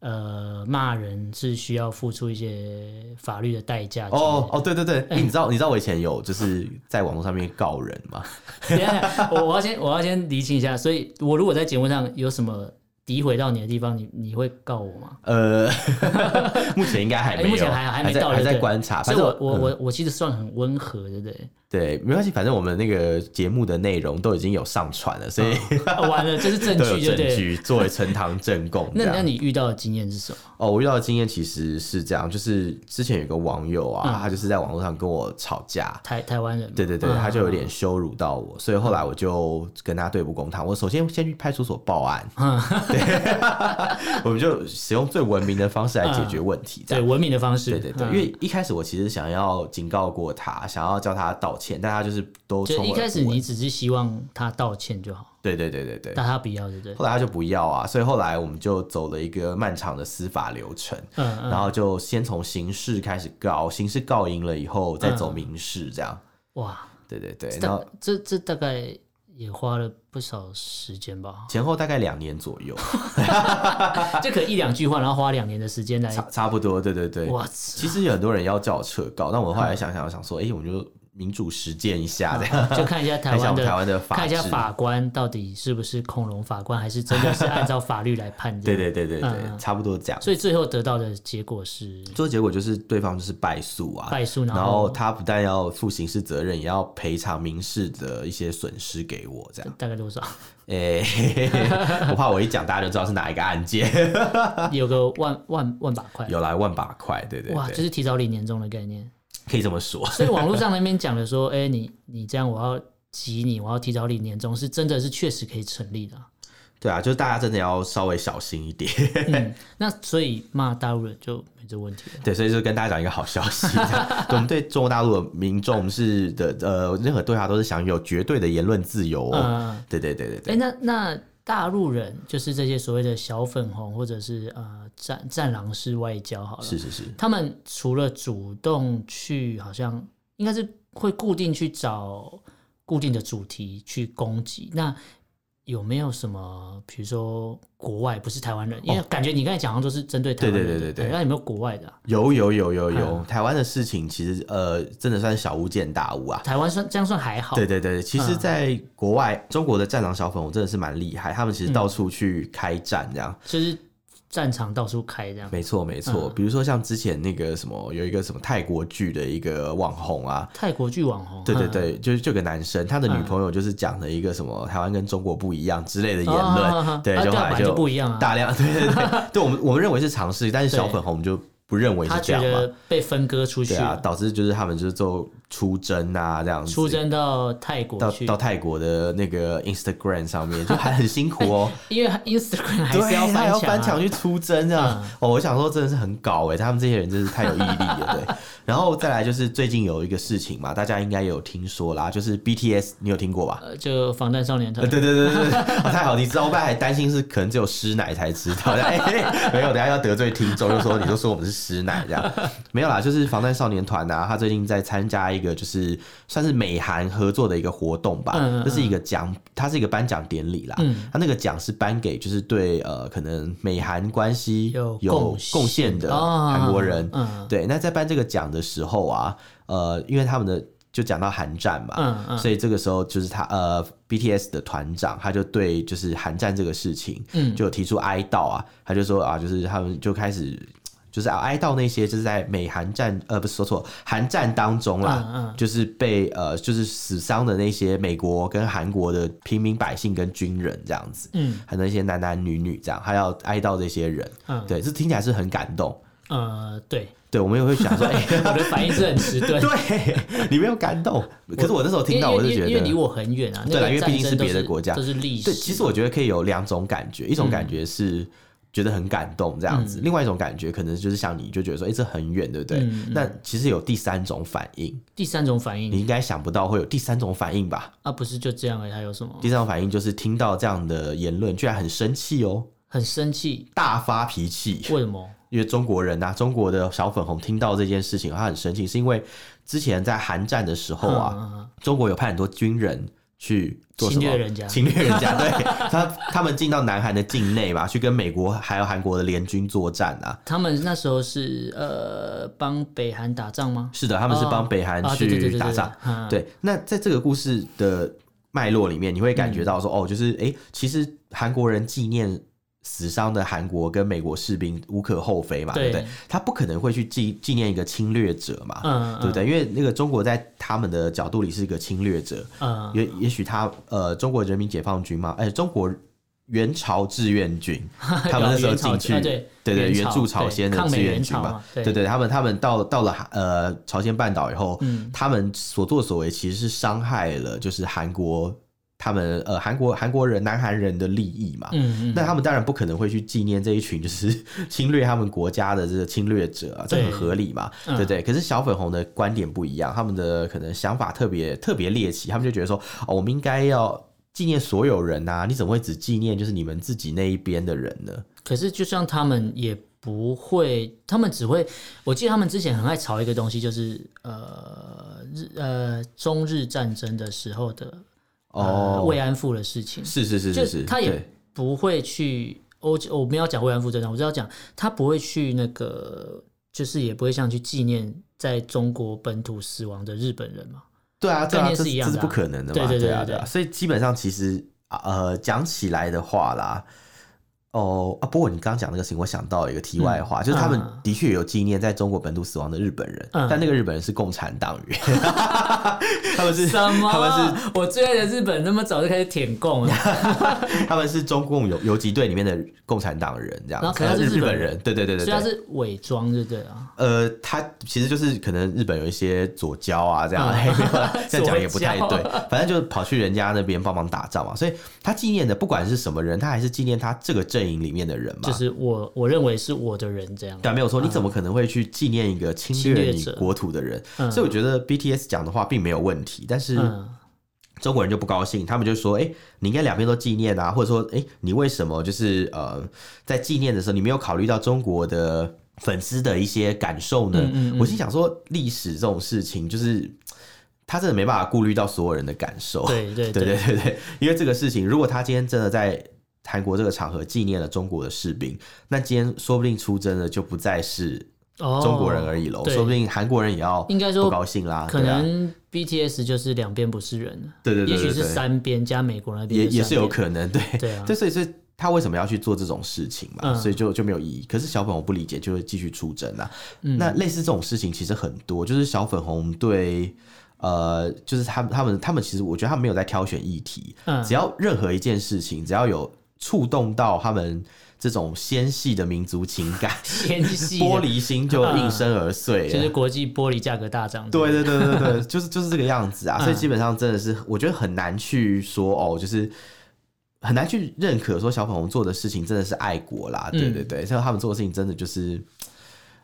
Speaker 2: 呃骂人是需要付出一些法律的代价之类的。
Speaker 1: 哦哦，对对对，
Speaker 2: 哎
Speaker 1: 欸你知道你知道我以前有就是在网络上面告人嘛？
Speaker 2: *laughs* 等一下，我我要先我要先厘清一下，所以我如果在节目上有什么诋毁到你的地方，你你会告我吗？
Speaker 1: 呃， *laughs* 目前应该还没有，
Speaker 2: 哎目前还好还没
Speaker 1: 在
Speaker 2: 到
Speaker 1: 还
Speaker 2: 对
Speaker 1: 在
Speaker 2: 不对
Speaker 1: 观察。
Speaker 2: 所
Speaker 1: 啊反
Speaker 2: 以
Speaker 1: 正嗯
Speaker 2: 我我我我其实算很温和，对 *laughs* 不对？
Speaker 1: 对没关系，反正我们那个节目的内容都已经有上传了，所以 *laughs*
Speaker 2: 啊完了，这是证
Speaker 1: 都有
Speaker 2: 据，
Speaker 1: 证
Speaker 2: 对不对？
Speaker 1: 据啊作为呈堂证供。
Speaker 2: *laughs* 那
Speaker 1: 这样
Speaker 2: 那你遇到的经验是什么？
Speaker 1: 哦，我遇到的经验其实是这样，就是之前有个网友啊，
Speaker 2: 嗯
Speaker 1: 他就是在网络上跟我吵架。
Speaker 2: 台台湾人吗？
Speaker 1: 对对对，
Speaker 2: 嗯
Speaker 1: 他就有点羞辱到我，所以后来我就跟他对簿公堂。我首先先去派出所报案，
Speaker 2: 嗯
Speaker 1: *laughs* 对，我们就使用最文明的方式来解决问题，这
Speaker 2: 对
Speaker 1: 样。
Speaker 2: 嗯文明的方式，
Speaker 1: 对对对，
Speaker 2: 嗯
Speaker 1: 因为一开始我其实想要警告过他，想要叫他道歉，但他就是都
Speaker 2: 就
Speaker 1: 充
Speaker 2: 一
Speaker 1: 耳
Speaker 2: 开始
Speaker 1: 不闻
Speaker 2: 你只是希望他道歉就好，
Speaker 1: 对对对对对，
Speaker 2: 但他不要，对不对？
Speaker 1: 后来他就不要啊，所以后来我们就走了一个漫长的司法流程，
Speaker 2: 嗯嗯，
Speaker 1: 然后就先从刑事开始告，刑事告赢了以后再走民事，这样。
Speaker 2: 嗯哇，
Speaker 1: 对对对，然
Speaker 2: 大
Speaker 1: 后，
Speaker 2: 这这大概也花了不少时间吧
Speaker 1: 前后大概两年左右，
Speaker 2: *laughs* 就可能一两句话，然后花两年的时间来，
Speaker 1: 差差不多。对对对，
Speaker 2: 哇，
Speaker 1: 其实有很多人要叫我撤告，但我后来想想想说，哎、我们就民主实践一下，这样。
Speaker 2: 就看一下啊台
Speaker 1: *laughs* 看一下
Speaker 2: 湾
Speaker 1: 我们
Speaker 2: 的
Speaker 1: 台湾的法
Speaker 2: 看一下
Speaker 1: 制
Speaker 2: 法官到底是不是恐龙法官，还是真的是按照法律来判定？
Speaker 1: 对对对对对，
Speaker 2: 嗯嗯
Speaker 1: 差不多这样。
Speaker 2: 所以最后得到的结果是
Speaker 1: 最后结果就是对方就是败诉啊，
Speaker 2: 败诉，
Speaker 1: 然
Speaker 2: 后
Speaker 1: 后他不但要负刑事责任，也要赔偿民事的一些损失给我，这样。
Speaker 2: 大概多少？ *laughs*
Speaker 1: 诶、 *laughs* 嘿嘿嘿我怕我一讲大家就知道是哪一个案件，
Speaker 2: 有个万万万把块，
Speaker 1: 有来万把块，对对
Speaker 2: 哇，就
Speaker 1: 对，
Speaker 2: 是提早领年终的概念。
Speaker 1: 可以这么说。
Speaker 2: 所以网络上那边讲的说，哎、你你这样我要挤你，我要提早领年终，是真的是确实可以成立的啊、
Speaker 1: 对啊，就是大家真的要稍微小心一点。 *laughs*
Speaker 2: 嗯，那所以骂大陆人就没这问题了。
Speaker 1: 对，所以就跟大家讲一个好消息，这样 *laughs* 对我们对中国大陆的民众是的，呃，任何对话都是享有绝对的言论自由
Speaker 2: 嗯、
Speaker 1: 哦。对对对对对，
Speaker 2: 哎、那那大陆人就是这些所谓的小粉红，或者是呃战战狼式外交好了，
Speaker 1: 是是是，
Speaker 2: 他们除了主动去，好像应该是会固定去找固定的主题去攻击。那有没有什么，比如说国外不是台湾人？因为感觉你刚才讲好像都是针对台湾人
Speaker 1: 哦
Speaker 2: 的，
Speaker 1: 对对对对对
Speaker 2: 那有没有国外的啊、
Speaker 1: 有有有有
Speaker 2: 嗯
Speaker 1: 有，台湾的事情其实呃，真的算是小巫见大巫啊。
Speaker 2: 台湾算这样算还好，嗯
Speaker 1: 对对对，其实，在国外，中国的战狼小粉红真的是蛮厉害，他们其实到处去开战这样。
Speaker 2: 就是战场到处开这样。
Speaker 1: 没错没
Speaker 2: 嗯
Speaker 1: 错，比如说像之前那个什么，有一个什么泰国剧的一个网红啊，
Speaker 2: 泰国剧网红，
Speaker 1: 对对
Speaker 2: 嗯，
Speaker 1: 对，就是这个男生，他的女朋友就是讲了一个什么台湾跟中国不一样之类的言
Speaker 2: 哦哦哦哦
Speaker 1: 论，对，
Speaker 2: 啊
Speaker 1: 就
Speaker 2: 对
Speaker 1: 后
Speaker 2: 啊
Speaker 1: 来
Speaker 2: 本来就不一样啊
Speaker 1: 大量 *laughs* 对对对，对我们我们认为是尝试，但是小粉红我们就不认为是
Speaker 2: 他
Speaker 1: 这
Speaker 2: 觉
Speaker 1: 样嘛，
Speaker 2: 得被分割出去
Speaker 1: 对
Speaker 2: 了，
Speaker 1: 啊，导致就是他们就是做出征啊这样子，
Speaker 2: 出征到泰国
Speaker 1: 到
Speaker 2: 去，
Speaker 1: 到泰国的那个 Instagram 上面，就还很辛苦哦，
Speaker 2: 因为他 Instagram *laughs* 还
Speaker 1: 对，
Speaker 2: 是
Speaker 1: 他
Speaker 2: 要
Speaker 1: 还
Speaker 2: 翻
Speaker 1: 要
Speaker 2: 墙、啊，嗯
Speaker 1: 翻墙去出征这样。哦，我想说真的是很搞哎、他们这些人真是太有毅力了。
Speaker 2: *laughs*
Speaker 1: 对，然后再来就是最近有一个事情嘛，大家应该有听说啦，就是 BTS，你有听过吧？
Speaker 2: 呃，就防弹少年团
Speaker 1: 呃，，对对对对对，哦、太好听，知道，我本来还担心是可能只有师奶才知道，哎、嘿没有，等一下要得罪听众，就说你就说我们是师奶这样，没有啦，就是防弹少年团呐、啊，他最近在参加一个就是算是美韩合作的一个活动吧，
Speaker 2: 嗯嗯嗯嗯
Speaker 1: 这是一个奖，它是一个颁奖典礼啦，他那个奖是颁给就是对呃可能美韩关系
Speaker 2: 有
Speaker 1: 有
Speaker 2: 贡献
Speaker 1: 贡献的
Speaker 2: 哦
Speaker 1: 韩国人，
Speaker 2: 嗯
Speaker 1: 对，那在颁这个奖的时候啊，呃，因为他们的。就讲到韩战嘛，
Speaker 2: 嗯嗯
Speaker 1: 所以这个时候就是他呃 BTS 的团长，他就对就是韩战这个事情，嗯，就有提出哀悼啊，他就说啊，就是他们就开始。就是啊哀悼那些就是在美韩战呃不是说错韩战当中啦，
Speaker 2: 嗯嗯
Speaker 1: 就是被呃就是死伤的那些美国跟韩国的平民百姓跟军人这样子，
Speaker 2: 嗯，
Speaker 1: 还有那些男男女女这样，还要哀悼这些人，
Speaker 2: 嗯
Speaker 1: 对，这听起来是很感动，
Speaker 2: 呃，对，
Speaker 1: 对我们也会想说，哎、 *laughs*
Speaker 2: 我的反应是很迟钝。
Speaker 1: 对， *laughs* 你没有感动，可是我那时候听到
Speaker 2: 因
Speaker 1: 我
Speaker 2: 为
Speaker 1: 就
Speaker 2: 因
Speaker 1: 觉
Speaker 2: 为
Speaker 1: 得
Speaker 2: 因为离我很远啊，
Speaker 1: 对啦
Speaker 2: 那个
Speaker 1: 因为毕竟
Speaker 2: 战
Speaker 1: 是
Speaker 2: 争都
Speaker 1: 别的国家
Speaker 2: 都是历史。
Speaker 1: 对，其实我觉得可以有两种感觉，一种感觉是觉得很感动这样子，另外一种感觉可能就是像你就觉得说，哎、这很远，对不对？那其实有第三种反应，
Speaker 2: 第三种反
Speaker 1: 你
Speaker 2: 应
Speaker 1: 应该想不到会有第三种反应吧？
Speaker 2: 啊，不是就这样而已，还有什么？
Speaker 1: 第三种反应就是听到这样的言论，居然很生气哦，
Speaker 2: 很生气，
Speaker 1: 大发脾气。
Speaker 2: 为什么？
Speaker 1: 因为中国人呐、中国的小粉红听到这件事情，他很生气，是因为之前在韩战的时候啊，
Speaker 2: 嗯，
Speaker 1: 中国有派很多军人去做什
Speaker 2: 侵
Speaker 1: 么
Speaker 2: 略人家
Speaker 1: 侵略人
Speaker 2: *laughs*
Speaker 1: 家，对他他们进到南韩的境内嘛，去跟美国还有韩国的联军作战啊。
Speaker 2: 他们那时候是呃帮北韩打仗吗？
Speaker 1: 是的，他们是帮北韩
Speaker 2: 啊，对对对
Speaker 1: 去
Speaker 2: 对
Speaker 1: 打仗。，
Speaker 2: 对嗯
Speaker 1: 对，那在这个故事的脉络里面，你会感觉
Speaker 2: 嗯
Speaker 1: 到说，哦，就是诶，其实韩国人纪念死伤的韩国跟美国士兵无可厚非嘛，对不
Speaker 2: 对
Speaker 1: 对？他不可能会去纪纪念一个侵略者嘛，
Speaker 2: 嗯，嗯
Speaker 1: 对不？对？因为那个中国在他们的角度里是一个侵略者，
Speaker 2: 嗯，
Speaker 1: 也也许他呃，中国人民解放军嘛，哎、中国元朝志愿
Speaker 2: *laughs*
Speaker 1: 军， *laughs* 他们那时候
Speaker 2: 元朝
Speaker 1: 进去
Speaker 2: 啊对
Speaker 1: 对对，
Speaker 2: 元
Speaker 1: 援
Speaker 2: 朝
Speaker 1: 助朝鲜的
Speaker 2: 抗
Speaker 1: 志
Speaker 2: 美
Speaker 1: 愿
Speaker 2: 援
Speaker 1: 军
Speaker 2: 朝啊
Speaker 1: 嘛
Speaker 2: 嘛，，对
Speaker 1: 对对，他们他们到到了韩呃朝鲜半岛以后，
Speaker 2: 嗯
Speaker 1: 他们所作所为其实是伤害了就是韩国他们呃韩国韩国人南韩人的利益嘛。
Speaker 2: 嗯嗯，
Speaker 1: 那他们当然不可能会去纪念这一群就是 *laughs* 侵略他们国家的这个侵略者啊，这
Speaker 2: 对
Speaker 1: 很合理嘛，
Speaker 2: 嗯
Speaker 1: 对不对？可是小粉红的观点不一样，他们的可能想法特别特别猎奇，他们就觉得说，哦，我们应该要纪念所有人呐、你怎么会只纪念就是你们自己那一边的人呢？
Speaker 2: 可是就像他们也不会，他们只会，我记得他们之前很爱吵一个东西，就是呃日呃中日战争的时候的呃
Speaker 1: 哦，
Speaker 2: 慰安妇的事情，
Speaker 1: 是是是
Speaker 2: 就是
Speaker 1: 是，
Speaker 2: 他
Speaker 1: 对
Speaker 2: 也不会去，我我没有讲慰安妇这张，我只要讲他不会去那个，就是也不会像去纪念在中国本土死亡的日本人嘛。
Speaker 1: 对啊，对啊，
Speaker 2: 概念
Speaker 1: 这
Speaker 2: 是一样
Speaker 1: 这是
Speaker 2: 的啊
Speaker 1: 不可能的
Speaker 2: 对
Speaker 1: 嘛，
Speaker 2: 对对
Speaker 1: 啊，
Speaker 2: 对
Speaker 1: 对啊。
Speaker 2: 对
Speaker 1: 所以基本上其实啊呃讲起来的话啦。哦啊！不过你刚刚讲那个事情，我想到一个题外话，就是他们
Speaker 2: 啊
Speaker 1: 的确有纪念在中国本土死亡的日本人，
Speaker 2: 嗯
Speaker 1: 但那个日本人是共产党
Speaker 2: *laughs*
Speaker 1: 员，他们是
Speaker 2: 什
Speaker 1: *laughs*
Speaker 2: 么？
Speaker 1: 他们
Speaker 2: 我最爱的日本那么早就开始舔共了，
Speaker 1: 他们是中共游游击队里面的共产党人这样子，
Speaker 2: 然后可是他是
Speaker 1: 日
Speaker 2: 日本
Speaker 1: 本人，对对对对
Speaker 2: 所以
Speaker 1: 对
Speaker 2: 他，是伪装，对不对啊？
Speaker 1: 呃，他其实就是可能日本有一些左交啊，这样、
Speaker 2: 嗯
Speaker 1: 哎 *laughs* 没有
Speaker 2: *laughs*
Speaker 1: 啦这样讲也不太
Speaker 2: 左
Speaker 1: 对，反正就跑去人家那边帮忙打仗嘛。所以他纪念的不管是什么人，他还是纪念他这个阵营里面的人嘛。
Speaker 2: 就是我我认为是我的人这样。
Speaker 1: 对啊，没有错。你怎么可能会去纪念一个侵
Speaker 2: 侵
Speaker 1: 略
Speaker 2: 略
Speaker 1: 你
Speaker 2: 者
Speaker 1: 国土的人？
Speaker 2: 嗯
Speaker 1: 所以我觉得 BTS 讲的话并没有问题，但是
Speaker 2: 嗯，
Speaker 1: 中国人就不高兴，他们就说：“哎、你应该两边都纪念啊，或者说，哎、你为什么就是呃，在纪念的时候，你没有考虑到中国的粉丝的一些感受呢？”
Speaker 2: 嗯嗯嗯
Speaker 1: 我心想说，历史这种事情，就是他真的没办法顾虑到所有人的感受。
Speaker 2: 对
Speaker 1: *laughs*
Speaker 2: 对
Speaker 1: 对对对对，因为这个事情，如果他今天真的在韩国这个场合纪念了中国的士兵，那今天说不定出征的就不再是
Speaker 2: 哦，
Speaker 1: 中国人而已喽，
Speaker 2: 对
Speaker 1: 说不定韩国人也要
Speaker 2: 应该说
Speaker 1: 不高兴啦，
Speaker 2: 可
Speaker 1: 对啊
Speaker 2: 能 BTS 就是两边不是人，
Speaker 1: 对对对对
Speaker 2: 也许是
Speaker 1: 对
Speaker 2: 三边加美国那边
Speaker 1: 也也
Speaker 2: 三
Speaker 1: 是有
Speaker 2: 边
Speaker 1: 可能，对
Speaker 2: 对啊
Speaker 1: 对，所以所以他为什么要去做这种事情嘛？
Speaker 2: 嗯
Speaker 1: 所以就就没有意义。可是小粉红不理解，就会继续出征啊。
Speaker 2: 嗯
Speaker 1: 那类似这种事情其实很多，就是小粉红对。呃，就是他们，他们，他们其实，我觉得他们没有在挑选议题，
Speaker 2: 嗯
Speaker 1: 只要任何一件事情，只要有触动到他们这种纤细的民族情感，
Speaker 2: 纤细
Speaker 1: *laughs*
Speaker 2: 的
Speaker 1: 玻璃心就应声而碎了、
Speaker 2: 就是国际玻璃价格大涨。
Speaker 1: 对对对对对，就是就是这个样子啊，
Speaker 2: 嗯
Speaker 1: 所以基本上真的是，我觉得很难去说哦，就是很难去认可说小粉红做的事情真的是爱国啦，对
Speaker 2: 嗯
Speaker 1: 对对，像他们做的事情真的就是，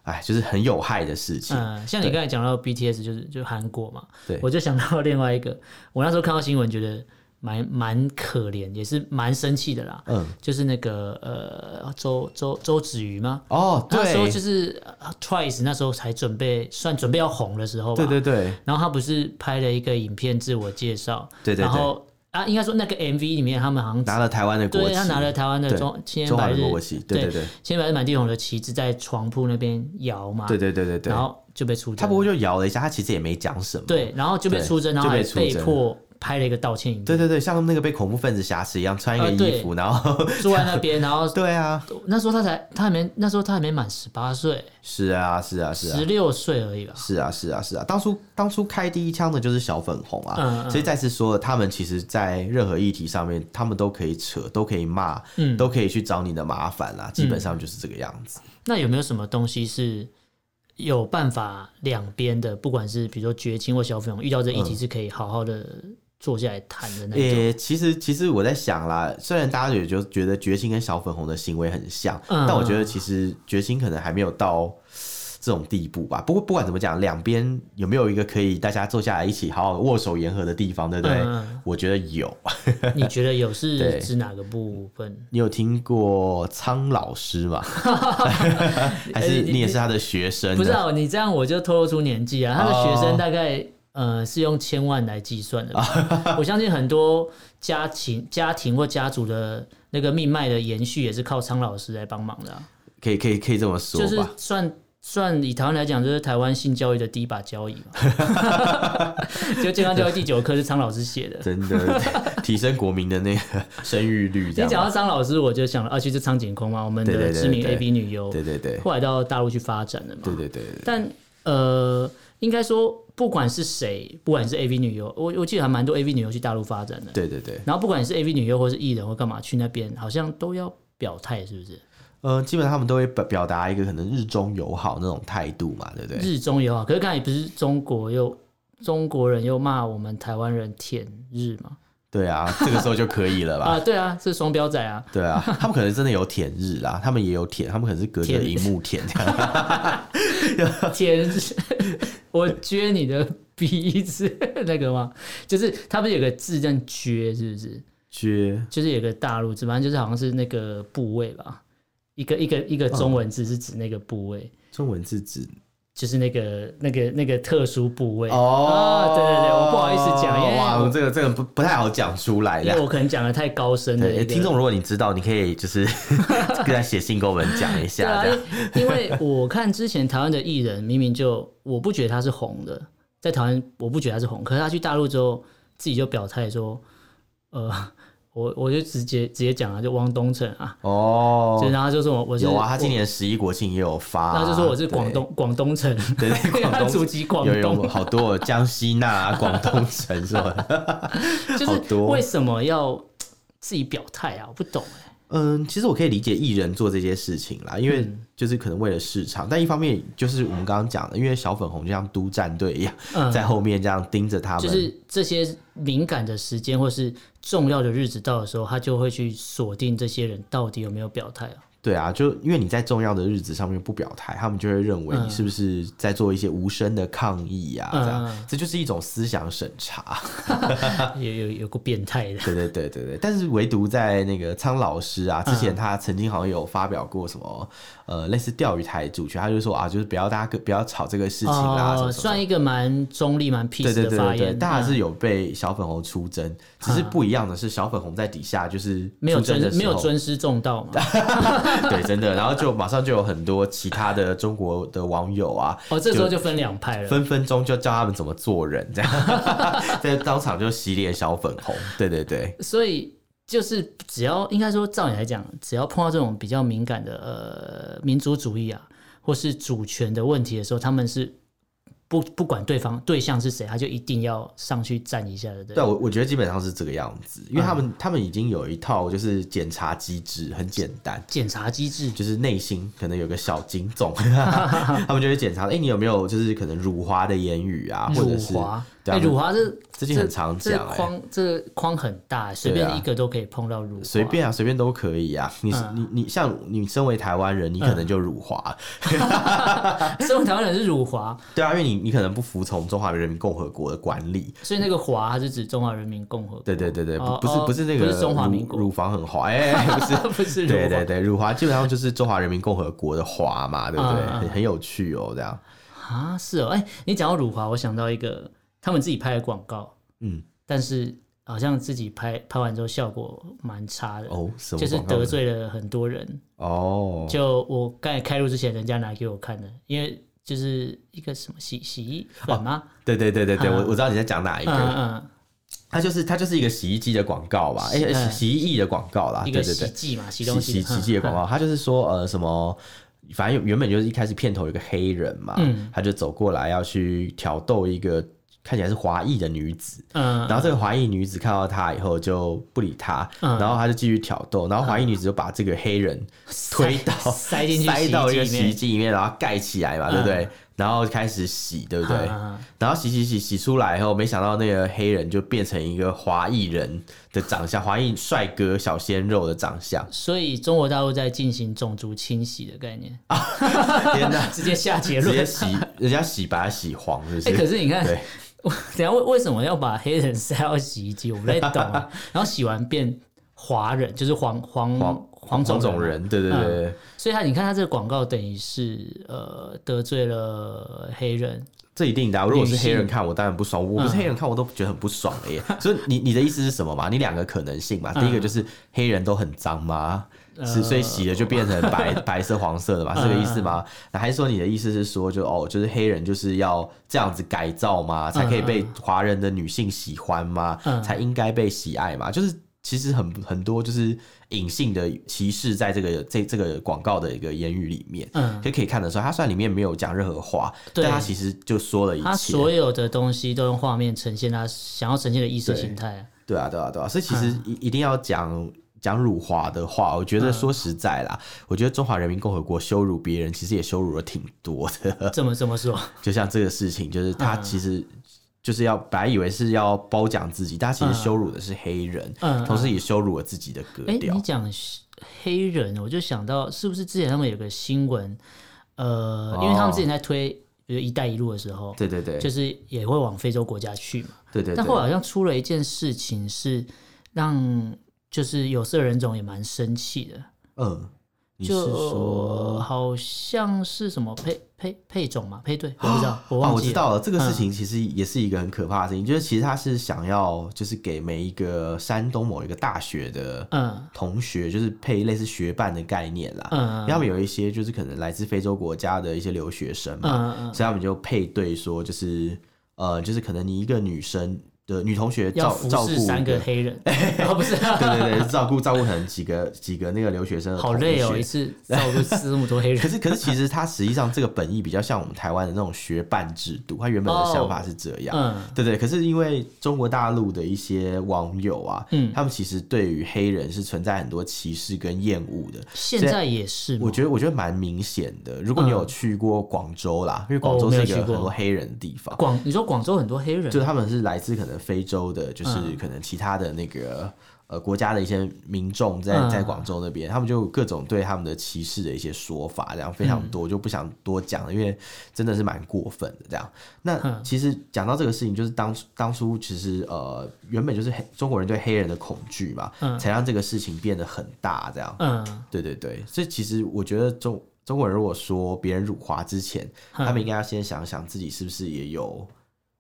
Speaker 1: 哎，就是很有害的事情，
Speaker 2: 嗯，像你
Speaker 1: 对
Speaker 2: 刚才讲到 BTS 就是就韩国嘛，
Speaker 1: 对
Speaker 2: 我就想到另外一个，我那时候看到新闻觉得蛮蛮可怜，也是蛮生气的啦。
Speaker 1: 嗯，
Speaker 2: 就是那个呃周周周子瑜吗？
Speaker 1: 哦，
Speaker 2: 那
Speaker 1: 对
Speaker 2: 时候，就是呃 Twice 那时候才准备算准备要红的时候吧。
Speaker 1: 对对对，
Speaker 2: 然后他不是拍了一个影片自我介绍，
Speaker 1: 对对对
Speaker 2: 然后啊，应该说那个 MV 里面他们好像
Speaker 1: 拿了台湾的国
Speaker 2: 对
Speaker 1: 旗，
Speaker 2: 他拿了台湾的
Speaker 1: 对
Speaker 2: 中千
Speaker 1: 中
Speaker 2: 百
Speaker 1: 华
Speaker 2: 日
Speaker 1: 民国国旗，对对对
Speaker 2: 千百日满地红的旗帜在床铺那边摇嘛，
Speaker 1: 对对对对对
Speaker 2: 然，后就被出征，
Speaker 1: 他不过就摇了一下，他其实也没讲什么，
Speaker 2: 对，然后就被
Speaker 1: 对
Speaker 2: 出征，然后
Speaker 1: 就被
Speaker 2: 还
Speaker 1: 出征
Speaker 2: 被迫拍了一个道歉影
Speaker 1: 对
Speaker 2: 片，
Speaker 1: 对对，像他们那个被恐怖分子挟持一样，穿一个
Speaker 2: 呃对
Speaker 1: 衣服，然后 *laughs*
Speaker 2: 住在那边，然后
Speaker 1: 对啊，
Speaker 2: 那时候他才他还没那时候他还没满十八岁，
Speaker 1: 是啊是啊是啊
Speaker 2: 十，六岁而已吧，
Speaker 1: 是啊，是啊，是啊，当初当初开第一枪的就是小粉红啊，
Speaker 2: 嗯嗯
Speaker 1: 所以再次说了，他们其实，在任何议题上面，他们都可以扯，都可以骂，
Speaker 2: 嗯
Speaker 1: 都可以去找你的麻烦啦，基本上就是这个样子。
Speaker 2: 那有没有什么东西是有办法两边的，不管是比如说绝亲或小粉红遇到这议题是可以好好的坐下来谈的那
Speaker 1: 也
Speaker 2: 种？
Speaker 1: 其实其实我在想啦，虽然大家也就觉得决心跟小粉红的行为很像，
Speaker 2: 嗯
Speaker 1: 但我觉得其实决心可能还没有到。这种地步吧，不过不管怎么讲，两边有没有一个可以大家坐下来一起好好地握手言和的地方，对不对？
Speaker 2: 嗯嗯
Speaker 1: 我觉得有。
Speaker 2: *laughs* 你觉得有
Speaker 1: 对
Speaker 2: 是指哪个部分？
Speaker 1: 你有听过苍老师
Speaker 2: *laughs*
Speaker 1: 吗？还
Speaker 2: 呃
Speaker 1: 是
Speaker 2: 你
Speaker 1: 你也是他的学生呢？
Speaker 2: 啊不是啊，你这样我就透露出年纪啊。他的学生大概呃，是用千万来计算的吧。 *laughs* 我相信很多家庭、家庭或家族的那个命脉的延续，也是靠苍老师来帮忙的啊、
Speaker 1: 可以可以可以这么说
Speaker 2: 就是
Speaker 1: 吧。
Speaker 2: 算算以台湾来讲，就是台湾性教育的第一把交椅嘛。
Speaker 1: *laughs*
Speaker 2: 就健康教育第九课是苍老师写的。
Speaker 1: 真的
Speaker 2: *laughs*
Speaker 1: 提升国民的那个生育率，这
Speaker 2: 你讲
Speaker 1: 样
Speaker 2: 到
Speaker 1: 吗。
Speaker 2: 苍老师，我就想了，啊，其实苍井空嘛，我们
Speaker 1: 对
Speaker 2: 的
Speaker 1: 对对
Speaker 2: 知名
Speaker 1: 对
Speaker 2: A B 女优，
Speaker 1: 对对对
Speaker 2: 后来到大陆去发展的嘛。
Speaker 1: 对对对对
Speaker 2: 但呃，应该说，不管是谁，不管是 A V 女优，我我记得还蛮多 A V 女优去大陆发展的。
Speaker 1: 对对对。
Speaker 2: 然后不管你是 A V 女优或是艺人或干嘛去那边，好像都要表态，是不是？
Speaker 1: 呃，基本上他们都会表表达一个可能日中友好那种态度嘛，对不对？
Speaker 2: 日中友好，可是刚才不是中国又中国人又骂我们台湾人舔日嘛？
Speaker 1: 对啊，这个时候就可以了吧？
Speaker 2: *laughs* 啊，对啊，是双标
Speaker 1: *laughs*
Speaker 2: 仔啊。
Speaker 1: 对啊，他们可能真的有舔日啦，他们也有舔，他们可能是隔着
Speaker 2: *laughs* 舔
Speaker 1: 荧幕舔这样。
Speaker 2: 舔日， *laughs* 我撅你的鼻子那个吗？就是他不是有个字叫撅，是不是？
Speaker 1: 撅
Speaker 2: 就是有个大陆字，反正就是好像是那个部位吧，一个一个一个中文字是指那个部位，
Speaker 1: 中文字指
Speaker 2: 就是那个那个那个特殊部位。
Speaker 1: 哦
Speaker 2: 啊对对对我不好意思讲因为
Speaker 1: 哇，
Speaker 2: 我
Speaker 1: 这个这个不不太好讲出来
Speaker 2: 因为
Speaker 1: 的。
Speaker 2: 我可能讲的太高深了，
Speaker 1: 对，听众如果你知道，你可以
Speaker 2: *laughs*
Speaker 1: 就是跟他写信跟我们讲一
Speaker 2: 对
Speaker 1: 下，
Speaker 2: 啊
Speaker 1: 这样。，
Speaker 2: 因
Speaker 1: *laughs*
Speaker 2: 因为我看之前台湾的艺人，明明就我不觉得他是红的，在台湾我不觉得他是红，可是他去大陆之后，自己就表态说，呃， *laughs* 我我就直接直接讲了，就汪东城啊，就
Speaker 1: 哦，
Speaker 2: 然后他就说我我是
Speaker 1: 有啊，他今
Speaker 2: 我
Speaker 1: 年十一国庆也有发、啊
Speaker 2: 然后就说我是广东广东城，
Speaker 1: 对，对对，
Speaker 2: *laughs* 因为他
Speaker 1: 广
Speaker 2: 祖
Speaker 1: 东。
Speaker 2: 籍广
Speaker 1: 有有
Speaker 2: 东，
Speaker 1: 好多哦江西那啊广东城是吧？
Speaker 2: *laughs* 就
Speaker 1: 好
Speaker 2: 是
Speaker 1: 多
Speaker 2: 为什么要自己表态啊？我不懂哎、
Speaker 1: 嗯，其实我可以理解艺人做这些事情啦，因
Speaker 2: 嗯
Speaker 1: 为就是可能为了市场，但一方面就是我们刚刚讲的，因为小粉红就像督战队一样，
Speaker 2: 嗯
Speaker 1: 在后面这样盯着他们，
Speaker 2: 就是这些敏感的时间或是重要的日子到的时候，他就会去锁定这些人到底有没有表态啊。
Speaker 1: 对啊，就因为你在重要的日子上面不表态，他们就会认为你是不是在做一些无声的抗议啊？
Speaker 2: 嗯
Speaker 1: 这样
Speaker 2: 嗯，
Speaker 1: 这就是一种思想审查。 *laughs*
Speaker 2: 有有有个变态的，
Speaker 1: 对对对对对。但是唯独在那个苍老师啊，之前
Speaker 2: 嗯
Speaker 1: 他曾经好像有发表过什么呃类似钓鱼台主权，他就说啊，就是不要大家跟不要吵这个事情啦，
Speaker 2: 哦
Speaker 1: 什么什么。
Speaker 2: 算一个蛮中立、蛮
Speaker 1: 对
Speaker 2: peace
Speaker 1: 对
Speaker 2: 的
Speaker 1: 对
Speaker 2: 发
Speaker 1: 对对，
Speaker 2: 言，
Speaker 1: 但还是
Speaker 2: 嗯
Speaker 1: 有被小粉红出征，只是不一样的是，小粉红在底下就是
Speaker 2: 没有
Speaker 1: 出征的
Speaker 2: 尊
Speaker 1: 时
Speaker 2: 没有
Speaker 1: 候
Speaker 2: 尊师重道嘛？
Speaker 1: *laughs* 对，真的，然后就马上就有很多其他的中国的网友啊，
Speaker 2: 哦，这时候就分两派了。
Speaker 1: 分分钟就教他们怎么做人，
Speaker 2: *laughs*
Speaker 1: 这样在当场就洗脸小粉红。对对对，
Speaker 2: 所以就是只要应该说，照你来讲，只要碰到这种比较敏感的呃民族主义啊，或是主权的问题的时候，他们是不不管对方对象是谁，他就一定要上去站一下的，对不
Speaker 1: 对
Speaker 2: 对？
Speaker 1: 我我觉得基本上是这个样子，因为他
Speaker 2: 嗯
Speaker 1: 们、他们已经有一套就是检查机制，很简单。
Speaker 2: 检查机制
Speaker 1: 就是内心可能有个小警
Speaker 2: *laughs*
Speaker 1: 总，他们就会检查，哎、你有没有就是可能辱华的言语啊，或
Speaker 2: 嗯辱
Speaker 1: 者是
Speaker 2: 华，
Speaker 1: 对
Speaker 2: 哎，
Speaker 1: 啊，
Speaker 2: 辱华这
Speaker 1: 最近很常
Speaker 2: 这
Speaker 1: 讲、哎，
Speaker 2: 框这框很大，随
Speaker 1: 对
Speaker 2: 便
Speaker 1: 啊
Speaker 2: 一个都可以碰到辱华，
Speaker 1: 随便啊，随便都可以啊。你、
Speaker 2: 嗯
Speaker 1: 你你像你身为台湾人，你可能就辱华，
Speaker 2: *laughs* 身为台湾人是辱华，
Speaker 1: 对啊，因为你你可能不服从中华人民共和国的管理，
Speaker 2: 所以那个华它是指中华人民共和国，
Speaker 1: 对对对对，不
Speaker 2: 哦
Speaker 1: 不是
Speaker 2: 哦
Speaker 1: 不是那
Speaker 2: 不
Speaker 1: 个
Speaker 2: 是中华
Speaker 1: 乳
Speaker 2: 民国
Speaker 1: 乳房很滑， *laughs* 哎、哎不是。
Speaker 2: *laughs* 不是辱华，
Speaker 1: 对对对，辱华基本上就是中华人民共和国的华嘛，对不对？
Speaker 2: 嗯嗯
Speaker 1: 很很有趣哦，这样。
Speaker 2: 啊，是哦，哎、你讲到辱华，我想到一个他们自己拍的广告，
Speaker 1: 嗯，
Speaker 2: 但是好像自己拍拍完之后效果蛮差的，
Speaker 1: 哦，什么
Speaker 2: 就是
Speaker 1: 广告
Speaker 2: 得罪了很多人。
Speaker 1: 哦，
Speaker 2: 就我刚才开录之前，人家拿给我看的，因为就是一个什么洗洗衣粉吗？
Speaker 1: 对对对对对，
Speaker 2: 嗯
Speaker 1: 我我知道你在讲哦哪一
Speaker 2: 嗯嗯
Speaker 1: 个，它就是它就是一个洗衣机的广告吧，哎，
Speaker 2: 嗯
Speaker 1: 洗洗衣液的广告啦，
Speaker 2: 嗯，一
Speaker 1: 啊对
Speaker 2: 个
Speaker 1: 对
Speaker 2: 洗
Speaker 1: 对，
Speaker 2: 剂嘛，洗
Speaker 1: 洗
Speaker 2: 东西
Speaker 1: 洗
Speaker 2: 的嗯
Speaker 1: 洗剂的广。告，他就是说呃什么。反正原本就是一开始片头有个黑人嘛，
Speaker 2: 嗯
Speaker 1: 他就走过来要去挑逗一个看起来是华裔的女子，
Speaker 2: 嗯，
Speaker 1: 然后这个华裔女子看到他以后就不理他，
Speaker 2: 嗯
Speaker 1: 然后他就继续挑逗，然后华裔女子就把这个黑人推到
Speaker 2: 塞进去
Speaker 1: 塞到一个洗衣
Speaker 2: 洗。
Speaker 1: 机里面，然后盖起来嘛，对不对？然后开始洗，对不对？然后洗洗洗洗出来以后，没想到那个黑人就变成一个华裔人的长相，华裔帅哥小鲜肉的长相
Speaker 2: 所以中国大陆在进行种族清洗的概
Speaker 1: *laughs*
Speaker 2: 念，啊
Speaker 1: 天哪，
Speaker 2: 直接下结
Speaker 1: 直
Speaker 2: 论
Speaker 1: 接。洗人家洗把他洗黄，是不
Speaker 2: 哎、
Speaker 1: 是？
Speaker 2: 可是你看，
Speaker 1: 对
Speaker 2: 我等一下为为什么要把黑人塞到洗衣机？我不太懂
Speaker 1: *laughs*
Speaker 2: 啊。然后洗完变华人，就是黄黄
Speaker 1: 黄
Speaker 2: 黄
Speaker 1: 种
Speaker 2: 种
Speaker 1: 种
Speaker 2: 人嘛。
Speaker 1: 人，
Speaker 2: 啊
Speaker 1: 对对对对。对
Speaker 2: 所以他你看他这个广告等于是呃得罪了黑人，
Speaker 1: 这一定的、啊。如果是
Speaker 2: 女性
Speaker 1: 黑人嗯看我，当然不爽；我不是黑人看，我都觉得很不爽 *laughs* 了耶。所以你你的意思是什么嘛？你两个可能性嘛，第一个就是黑人都很脏吗？是，所以洗了就变成白 *laughs* 白色、黄色的嘛，是这个意思吗？那还是说你的意思是说，就哦，就是黑人就是要这样子改造吗？才可以被华人的女性喜欢吗？
Speaker 2: 嗯
Speaker 1: 才应该被喜爱嘛？就是其实很很多就是隐性的歧视在这个这这个广告的一个言语里面，
Speaker 2: 嗯，
Speaker 1: 就可以看得出来，他虽然里面没有讲任何话，
Speaker 2: 对
Speaker 1: 但他其实就说了一
Speaker 2: 他
Speaker 1: 切。
Speaker 2: 所有的东西都用画面呈现他想要呈现的意识
Speaker 1: 对
Speaker 2: 形态啊。
Speaker 1: 对啊，对啊，对啊，所以其实一一定要讲。讲辱华的话，我觉得说实在啦，我觉得中华人民共和国羞辱别人，其实也羞辱了挺多的。 *laughs*
Speaker 2: 这么这么说，
Speaker 1: 就像这个事情，就是他其实就是要本来以为是要褒奖自己，但他其实
Speaker 2: 嗯
Speaker 1: 羞辱的是黑人，
Speaker 2: 嗯，
Speaker 1: 同时也羞辱了自己的格
Speaker 2: 哎、
Speaker 1: 调
Speaker 2: 你。讲西黑人，我就想到是不是之前他们有个新闻，呃，因为他们之前在推比如“一带一路”的时候，
Speaker 1: 哦对对对，
Speaker 2: 就是也会往非洲国家去嘛。
Speaker 1: 对对
Speaker 2: 但后
Speaker 1: 对，
Speaker 2: 来好像出了一件事情，是让就是有色人种也蛮生气的，
Speaker 1: 嗯，你是
Speaker 2: 就
Speaker 1: 说
Speaker 2: 好像是什么配配配种嘛，配对，我不知道，我
Speaker 1: 哦，
Speaker 2: 忘
Speaker 1: 我
Speaker 2: 记
Speaker 1: 知
Speaker 2: 了。嗯
Speaker 1: 道了，这个事情其实也是一个很可怕的事情，就是其实他是想要就是给每一个山东某一个大学的
Speaker 2: 嗯
Speaker 1: 同学，就是配类似学伴的概念啦。因
Speaker 2: 嗯
Speaker 1: 为他们有一些就是可能来自非洲国家的一些留学生嘛，
Speaker 2: 嗯嗯，
Speaker 1: 所以他们就配对说，就是呃，就是可能你一个女生的女同学
Speaker 2: 要
Speaker 1: 照
Speaker 2: 服
Speaker 1: 照顾
Speaker 2: 侍
Speaker 1: 一
Speaker 2: 三个黑人， *laughs* 哦不是
Speaker 1: *laughs*
Speaker 2: 啊，
Speaker 1: 对对对，照顾照顾可能几个几个那个留学生的
Speaker 2: 好
Speaker 1: 同
Speaker 2: 累哦，
Speaker 1: 学
Speaker 2: 一次照顾这么多黑人
Speaker 1: 可。 *laughs* 是，可是，其实他实际上这个本意比较像我们台湾的那种学办制度，他原本的
Speaker 2: 哦
Speaker 1: 想法是这样，
Speaker 2: 嗯
Speaker 1: 对对。可是因为中国大陆的一些网友啊，
Speaker 2: 嗯
Speaker 1: 他们其实对于黑人是存在很多歧视跟厌恶的，
Speaker 2: 现在也是吗，
Speaker 1: 我觉得我觉得蛮明显的。如果你有去过广州啦，因为广州
Speaker 2: 嗯哦我没
Speaker 1: 是
Speaker 2: 有
Speaker 1: 一个
Speaker 2: 去
Speaker 1: 很
Speaker 2: 过
Speaker 1: 多黑人的地方，
Speaker 2: 广，你说广州很多黑人，
Speaker 1: 就是他们是来自可能非洲的，就是
Speaker 2: 嗯
Speaker 1: 可能其他的那个呃国家的一些民众在
Speaker 2: 嗯
Speaker 1: 在广州那边，他们就有各种对他们的歧视的一些说法，这样非常
Speaker 2: 嗯
Speaker 1: 多，就不想多讲了，因为真的是蛮过分的这样。那
Speaker 2: 嗯
Speaker 1: 其实讲到这个事情，就是当初当初其实呃原本就是黑中国人对黑人的恐惧嘛，
Speaker 2: 嗯
Speaker 1: 才让这个事情变得很大这样。
Speaker 2: 嗯，
Speaker 1: 对对对，所以其实我觉得中中国人如果说别人辱华之前，他们应该要先想想自己是不是也有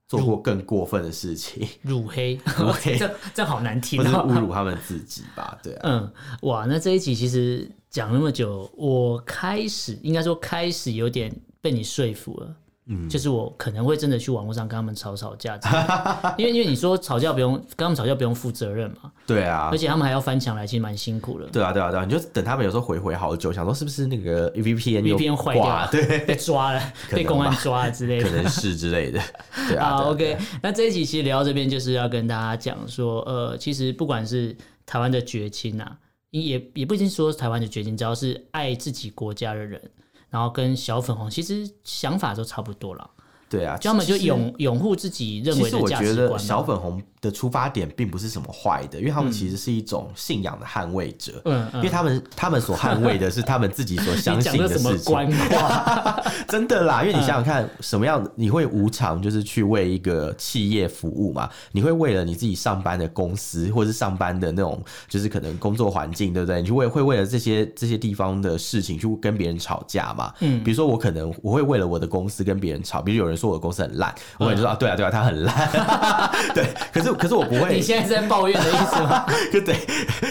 Speaker 1: 做过更过分的事
Speaker 2: *laughs*
Speaker 1: 情，
Speaker 2: 乳黑，
Speaker 1: 乳黑
Speaker 2: 这这好难听
Speaker 1: 或者是
Speaker 2: 哦。
Speaker 1: 侮辱他们自己吧？对啊，
Speaker 2: 嗯，哇，那这一集其实讲那么久，我开始应该说开始有点被你说服了。嗯，就是我可能会真的去网络上跟他们吵吵架之类的，因为因为你说吵架不用跟他们吵架不用负责任嘛，
Speaker 1: 对啊
Speaker 2: 而。且他们还要翻墙来，其实蛮辛苦的。
Speaker 1: 对啊，对啊，对啊！你就等他们有时候回回好久，想说是不是那个 VPN 又
Speaker 2: VPN 坏掉
Speaker 1: 挂
Speaker 2: 了，
Speaker 1: 对，
Speaker 2: 被抓了，
Speaker 1: 可能吧
Speaker 2: 被公安抓了之类
Speaker 1: 可
Speaker 2: 的。
Speaker 1: 能是之
Speaker 2: *laughs*
Speaker 1: 类的。对 *laughs* 啊，
Speaker 2: 好
Speaker 1: 对啊
Speaker 2: OK，那这一集其实聊到这边，就是要跟大家讲说，呃，其实不管是台湾的绝亲啊，也也不一定说台湾的绝亲，只要是爱自己国家的人，然后跟小粉红其实想法都差不多了，
Speaker 1: 对啊，
Speaker 2: 就他们就
Speaker 1: 其实
Speaker 2: 拥拥护自己认
Speaker 1: 其
Speaker 2: 为
Speaker 1: 实
Speaker 2: 的
Speaker 1: 我
Speaker 2: 价
Speaker 1: 觉
Speaker 2: 值
Speaker 1: 得
Speaker 2: 观啊
Speaker 1: 小
Speaker 2: 嘛。
Speaker 1: 粉红的出发点并不是什么坏的，因为他们其实是一种信仰的捍卫者，
Speaker 2: 嗯
Speaker 1: 因为他们他们所捍卫的是他们自己所相
Speaker 2: *laughs* 你讲
Speaker 1: 信
Speaker 2: 的
Speaker 1: 的
Speaker 2: 什么
Speaker 1: 事情。
Speaker 2: 官话？
Speaker 1: 真的
Speaker 2: 嗯
Speaker 1: 啦，因为你想想看，什么样的你会无偿就是去为一个企业服务嘛？你会为了你自己上班的公司，或者是上班的那种，就是可能工作环境，对不对？你就会会为了这些这些地方的事情去跟别人吵架嘛？嗯，比如说我可能我会为了我的公司跟别人吵，比如有人说我的公司很烂，我可
Speaker 2: 嗯
Speaker 1: 能就说、啊，对啊，对啊，他很烂， *laughs* 对。可是可是我不 *laughs* 会，
Speaker 2: 你现在是在抱怨的意思吗？
Speaker 1: *laughs* 就得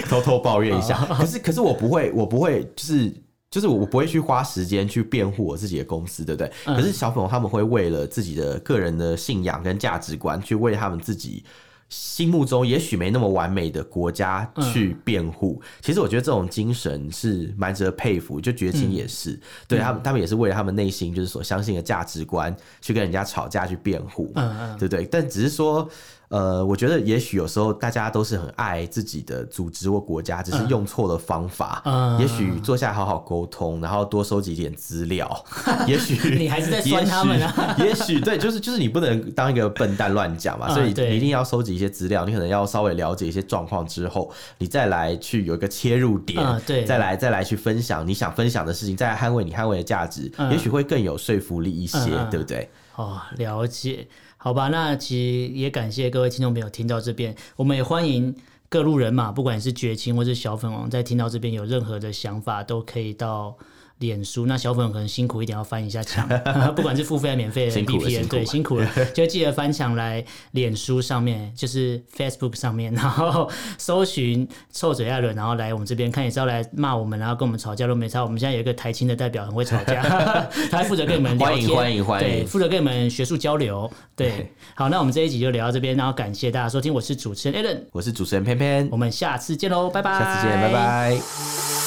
Speaker 1: 偷偷抱怨一下。可是可是我不会，我不会就是。就是我不会去花时间去辩护我自己的公司，对不对？可是小粉红他们会为了自己的个人的信仰跟价值观，去为他们自己心目中也许没那么完美的国家
Speaker 2: 嗯
Speaker 1: 去辩护。其实我觉得这种精神是蛮值得佩服，就绝情也
Speaker 2: 嗯
Speaker 1: 是，对他们，他们也是为了他们内心就是所相信的价值观去跟人家吵架去辩护。
Speaker 2: 嗯嗯，
Speaker 1: 对不对？但只是说，呃，我觉得也许有时候大家都是很爱自己的组织或国家，只是用错了方法。
Speaker 2: 嗯
Speaker 1: 也许坐下来好好沟通，然后多收集一点资
Speaker 2: *laughs*
Speaker 1: 料。也许
Speaker 2: 你还是在酸他们啊
Speaker 1: *laughs* 也许？也许对，就是就是你不能当一个笨蛋乱讲嘛，
Speaker 2: 嗯
Speaker 1: 所以
Speaker 2: 对
Speaker 1: 你一定要收集一些资料，你可能要稍微了解一些状况之后，你再来去有一个切入点，
Speaker 2: 嗯对
Speaker 1: 再来再来去分享你想分享的事情，再来捍卫你捍卫的价值，
Speaker 2: 嗯
Speaker 1: 也许会更有说服力一些，
Speaker 2: 嗯嗯
Speaker 1: 对不对？
Speaker 2: 哦，了解，好吧，那其实也感谢各位听众朋友听到这边，我们也欢迎各路人马，不管是绝情或是小粉红，在听到这边有任何的想法，都可以到脸书，那小粉可能辛苦一点要翻一
Speaker 1: *laughs*
Speaker 2: 下墙，不管是付费还是免费的
Speaker 1: 辛苦了
Speaker 2: VPN，
Speaker 1: 辛苦
Speaker 2: 对，
Speaker 1: 了
Speaker 2: 辛苦了，就记得翻墙来脸书上面，就是 Facebook 上面，然后搜寻臭嘴艾伦，然后来我们这边看，也是要来骂我们，然后跟我们吵架都没差。我们现在有一个台青的代表很会吵
Speaker 1: *laughs*
Speaker 2: 架， *laughs* 他还负责跟你们聊
Speaker 1: 欢
Speaker 2: 天，
Speaker 1: 迎欢迎欢
Speaker 2: 对，
Speaker 1: 迎，
Speaker 2: 负责跟你们学术交流。对
Speaker 1: 对，
Speaker 2: 好，那我们这一集就聊到这边，然后感谢大家收听，我是主持人 Alan，
Speaker 1: 我是主持人偏偏
Speaker 2: 我，们下次见喽，拜拜，
Speaker 1: 下次见，拜。拜。